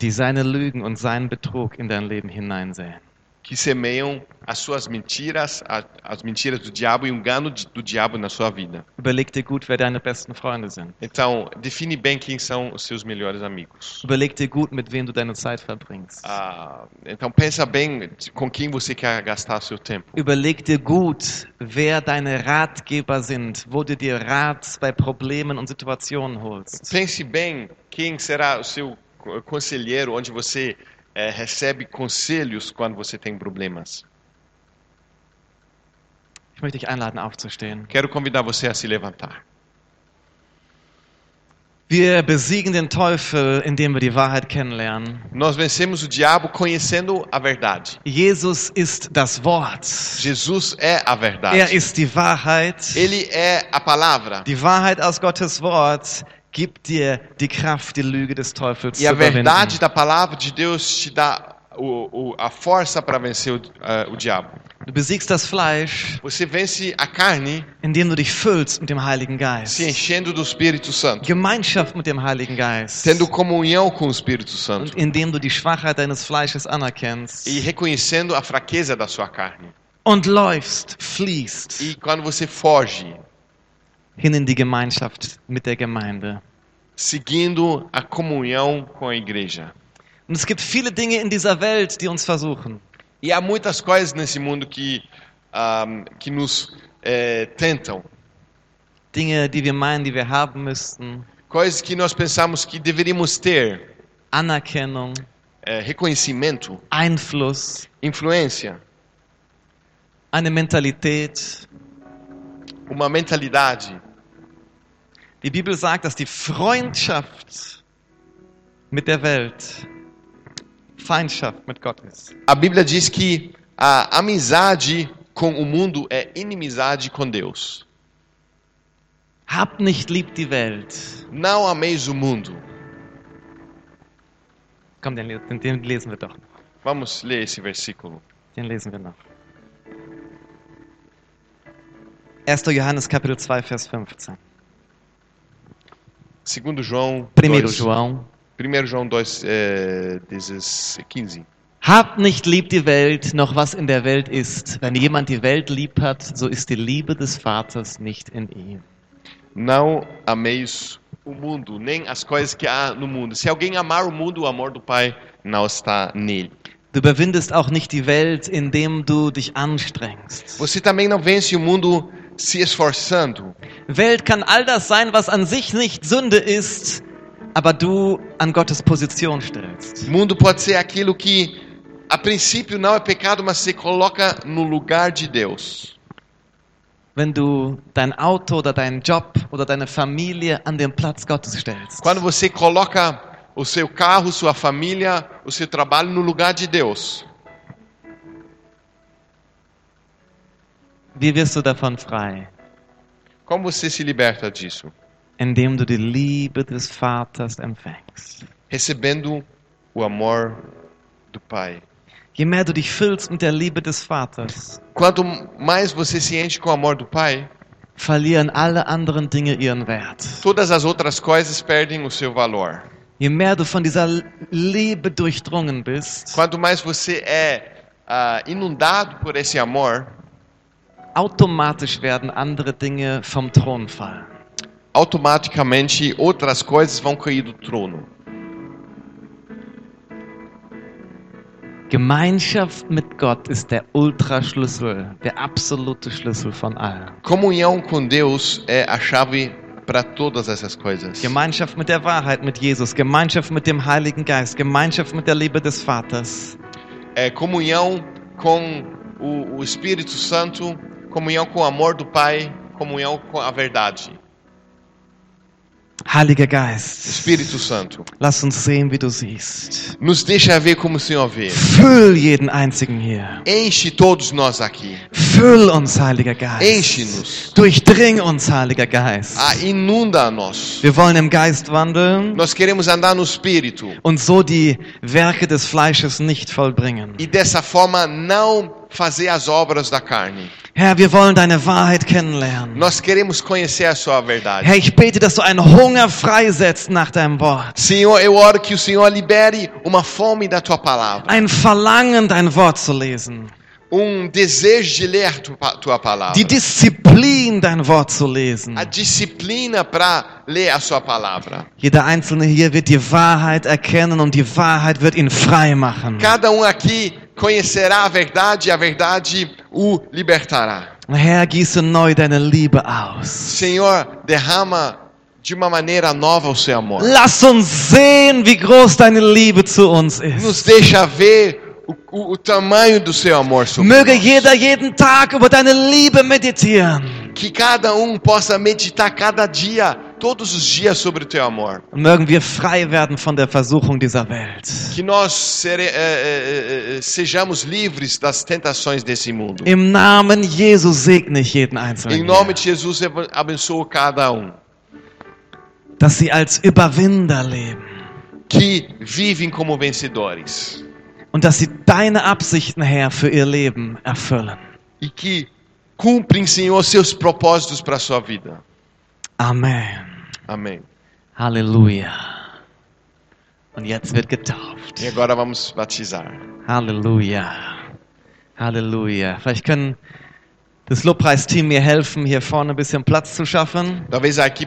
[SPEAKER 1] die seine Lügen und seinen Betrug in dein Leben hineinsäen.
[SPEAKER 2] que semeiam as suas mentiras, a, as mentiras do diabo e o engano de, do diabo na sua vida.
[SPEAKER 1] Überleg dir gut, wer deine besten Freunde sind.
[SPEAKER 2] Então, define bem quem são os seus melhores amigos.
[SPEAKER 1] Überleg dir gut, mit wem du deine Zeit verbringst.
[SPEAKER 2] Ah, então, pensa bem de- com quem você quer gastar seu tempo.
[SPEAKER 1] Überleg dir gut, wer deine Ratgeber sind, wo du dir Rat bei Problemen und Situationen holst.
[SPEAKER 2] Pense bem quem será o seu co- conselheiro, onde você eh, recebe conselhos quando você tem problemas.
[SPEAKER 1] Ich möchte dich einladen, aufzustehen.
[SPEAKER 2] Quero convidar você a se levantar.
[SPEAKER 1] Wir besiegen den Teufel, indem wir die Wahrheit kennenlernen.
[SPEAKER 2] Nós vencemos o diabo conhecendo a verdade.
[SPEAKER 1] Jesus ist das Wort.
[SPEAKER 2] Jesus é a
[SPEAKER 1] Er
[SPEAKER 2] verdade.
[SPEAKER 1] ist die Wahrheit.
[SPEAKER 2] Ele é a palavra.
[SPEAKER 1] Die Wahrheit aus Gottes Wort gibt dir die Kraft, die Lüge des Teufels
[SPEAKER 2] E
[SPEAKER 1] zu
[SPEAKER 2] a
[SPEAKER 1] überwinden.
[SPEAKER 2] verdade da palavra de Deus te dá o, o- a força para vencer o, eh, o diabo.
[SPEAKER 1] Du besiegst das Fleisch,
[SPEAKER 2] Você vence a carne
[SPEAKER 1] indem du dich füllst mit dem Heiligen
[SPEAKER 2] se
[SPEAKER 1] Geist.
[SPEAKER 2] enchendo do Espírito Santo,
[SPEAKER 1] Gemeinschaft mit dem Heiligen Geist.
[SPEAKER 2] tendo comunhão com o Espírito
[SPEAKER 1] Und
[SPEAKER 2] Santo
[SPEAKER 1] indem du die Schwachheit deines Fleisches anerkennst.
[SPEAKER 2] e reconhecendo a fraqueza da sua carne.
[SPEAKER 1] Und läufst, fliehst
[SPEAKER 2] E quando você foge,
[SPEAKER 1] hin in die Gemeinschaft mit der Gemeinde.
[SPEAKER 2] seguindo a comunhão com a igreja.
[SPEAKER 1] Und es gibt viele Dinge in dieser Welt, die uns versuchen.
[SPEAKER 2] E há muitas coisas nesse mundo que, ah, que nos eh, tentam,
[SPEAKER 1] Dinge, die wir meinen, die wir haben müssten.
[SPEAKER 2] coisas que nós pensamos que deveríamos ter
[SPEAKER 1] Anerkennung,
[SPEAKER 2] eh, reconhecimento,
[SPEAKER 1] Einfluss,
[SPEAKER 2] influência.
[SPEAKER 1] eine Mentalität.
[SPEAKER 2] uma mentalidade.
[SPEAKER 1] Die Bibel sagt, dass die Freundschaft mit der Welt Feindschaft mit Gott ist.
[SPEAKER 2] A Bíblia diz que a amizade com o mundo é inimizade com Deus.
[SPEAKER 1] Hab nicht lieb die Welt.
[SPEAKER 2] Não ameis o mundo.
[SPEAKER 1] Komm, den, le- den, den lesen wir doch. noch.
[SPEAKER 2] Vamos ler esse versículo.
[SPEAKER 1] Den lesen wir noch. 1. Johannes Kapitel 2, Vers 15.
[SPEAKER 2] Segundo João,
[SPEAKER 1] Primeiro
[SPEAKER 2] 2,
[SPEAKER 1] João.
[SPEAKER 2] Primeiro João 2, é, 16, 15.
[SPEAKER 1] Habt nicht lieb die Welt, noch was in der Welt ist. Wenn jemand die Welt lieb hat, so ist die Liebe des Vaters nicht in ihm.
[SPEAKER 2] Não ameis o mundo, nem as coisas que há no mundo. Se alguém amar o mundo, o amor do Pai não está nele.
[SPEAKER 1] Du überwindest auch nicht die Welt, indem du dich anstrengst.
[SPEAKER 2] Você também não vence o mundo se esforçando.
[SPEAKER 1] Welt kann all das sein, was an sich nicht Sünde ist, aber du an Gottes Position stellst.
[SPEAKER 2] O mundo pode ser aquilo que a princípio não é pecado, mas se coloca no lugar de Deus.
[SPEAKER 1] Wenn du dein Auto oder deinen Job oder deine Familie an den Platz Gottes stellst.
[SPEAKER 2] Quando você coloca o seu carro, sua família, o seu trabalho no lugar de Deus,
[SPEAKER 1] Wie wirst du davon frei?
[SPEAKER 2] como você se liberta disso?
[SPEAKER 1] Indem du die Liebe des Vaters empfängst.
[SPEAKER 2] Recebendo o amor do Pai.
[SPEAKER 1] Je mehr du dich füllst mit der Liebe des Vaters,
[SPEAKER 2] Quanto mais você se enche com o amor do Pai,
[SPEAKER 1] verlieren alle anderen Dinge ihren Wert.
[SPEAKER 2] todas as outras coisas perdem o seu valor.
[SPEAKER 1] Je mehr du von dieser Liebe durchdrungen bist,
[SPEAKER 2] Quanto mais você é ah, inundado por esse amor,
[SPEAKER 1] automatisch werden andere Dinge vom Thron fallen.
[SPEAKER 2] automaticamente outras coisas vão cair do trono.
[SPEAKER 1] Gemeinschaft mit Gott ist der Ultraschlüssel, der absolute Schlüssel von allem.
[SPEAKER 2] Comunhão com Deus é a chave para todas essas coisas.
[SPEAKER 1] Gemeinschaft mit der Wahrheit, mit Jesus, Gemeinschaft mit dem Heiligen Geist, Gemeinschaft mit der Liebe des Vaters.
[SPEAKER 2] É comunhão com o, o Espírito Santo, comunhão com o amor do Pai, comunhão com a verdade.
[SPEAKER 1] Heiliger Geist,
[SPEAKER 2] Espírito Santo,
[SPEAKER 1] lass uns sehen, wie du siehst.
[SPEAKER 2] nos deixa ver como o Senhor vê.
[SPEAKER 1] Füll jeden einzigen hier.
[SPEAKER 2] Enche todos nós aqui.
[SPEAKER 1] Füll uns, Heiliger
[SPEAKER 2] Enche-nos.
[SPEAKER 1] Geist. Durchdring uns, Heiliger Geist.
[SPEAKER 2] Ah, inunda a nós.
[SPEAKER 1] Wir wollen im Geist wandeln
[SPEAKER 2] Nós queremos andar no Espírito
[SPEAKER 1] und so die Werke des Fleisches nicht vollbringen.
[SPEAKER 2] e dessa forma não fazer as obras da carne.
[SPEAKER 1] Herr, wir wollen deine Wahrheit kennenlernen.
[SPEAKER 2] Nós queremos conhecer a sua verdade.
[SPEAKER 1] Herr, ich bete, dass du einen Hunger freisetzt nach deinem Wort.
[SPEAKER 2] Senhor, eu oro que o Senhor libere uma fome da tua palavra,
[SPEAKER 1] Ein Verlangen, dein Wort zu lesen.
[SPEAKER 2] um desejo de ler a tua, tua palavra,
[SPEAKER 1] Die Disziplin, dein Wort zu lesen.
[SPEAKER 2] a disciplina para ler a sua palavra.
[SPEAKER 1] Jeder Einzelne hier wird die Wahrheit erkennen und die Wahrheit wird ihn frei machen.
[SPEAKER 2] Cada um aqui conhecerá a verdade e a verdade o libertará.
[SPEAKER 1] Herr, gieße neu deine Liebe aus.
[SPEAKER 2] Senhor, derrama de uma maneira nova o seu amor.
[SPEAKER 1] Lass uns sehen, wie groß deine Liebe zu uns ist.
[SPEAKER 2] Nos deixa ver o, o, o tamanho do seu amor sobre
[SPEAKER 1] Möge
[SPEAKER 2] nós.
[SPEAKER 1] jeder jeden Tag über deine Liebe meditieren.
[SPEAKER 2] Que cada um possa meditar cada dia, todos os dias sobre o teu amor.
[SPEAKER 1] Und mögen wir frei werden von der Versuchung dieser Welt.
[SPEAKER 2] Que nós sere- eh, eh, eh, eh, sejamos livres das tentações desse mundo.
[SPEAKER 1] Im Namen Jesu segne ich jeden Einzelnen,
[SPEAKER 2] Em nome de Jesus, eu abençoo cada um
[SPEAKER 1] hier, dass sie als Überwinder leben
[SPEAKER 2] que vivem como vencedores
[SPEAKER 1] und dass sie deine Absichten, Herr, für ihr Leben erfüllen.
[SPEAKER 2] e que cumprem, Senhor, seus propósitos para a sua vida.
[SPEAKER 1] Amen.
[SPEAKER 2] Amém.
[SPEAKER 1] Halleluja. Und jetzt wird getauft.
[SPEAKER 2] E agora vamos batizar.
[SPEAKER 1] Halleluja. Halleluja. Vielleicht können das Lobpreisteam mir helfen, hier vorne ein bisschen Platz zu schaffen.
[SPEAKER 2] Talvez aqui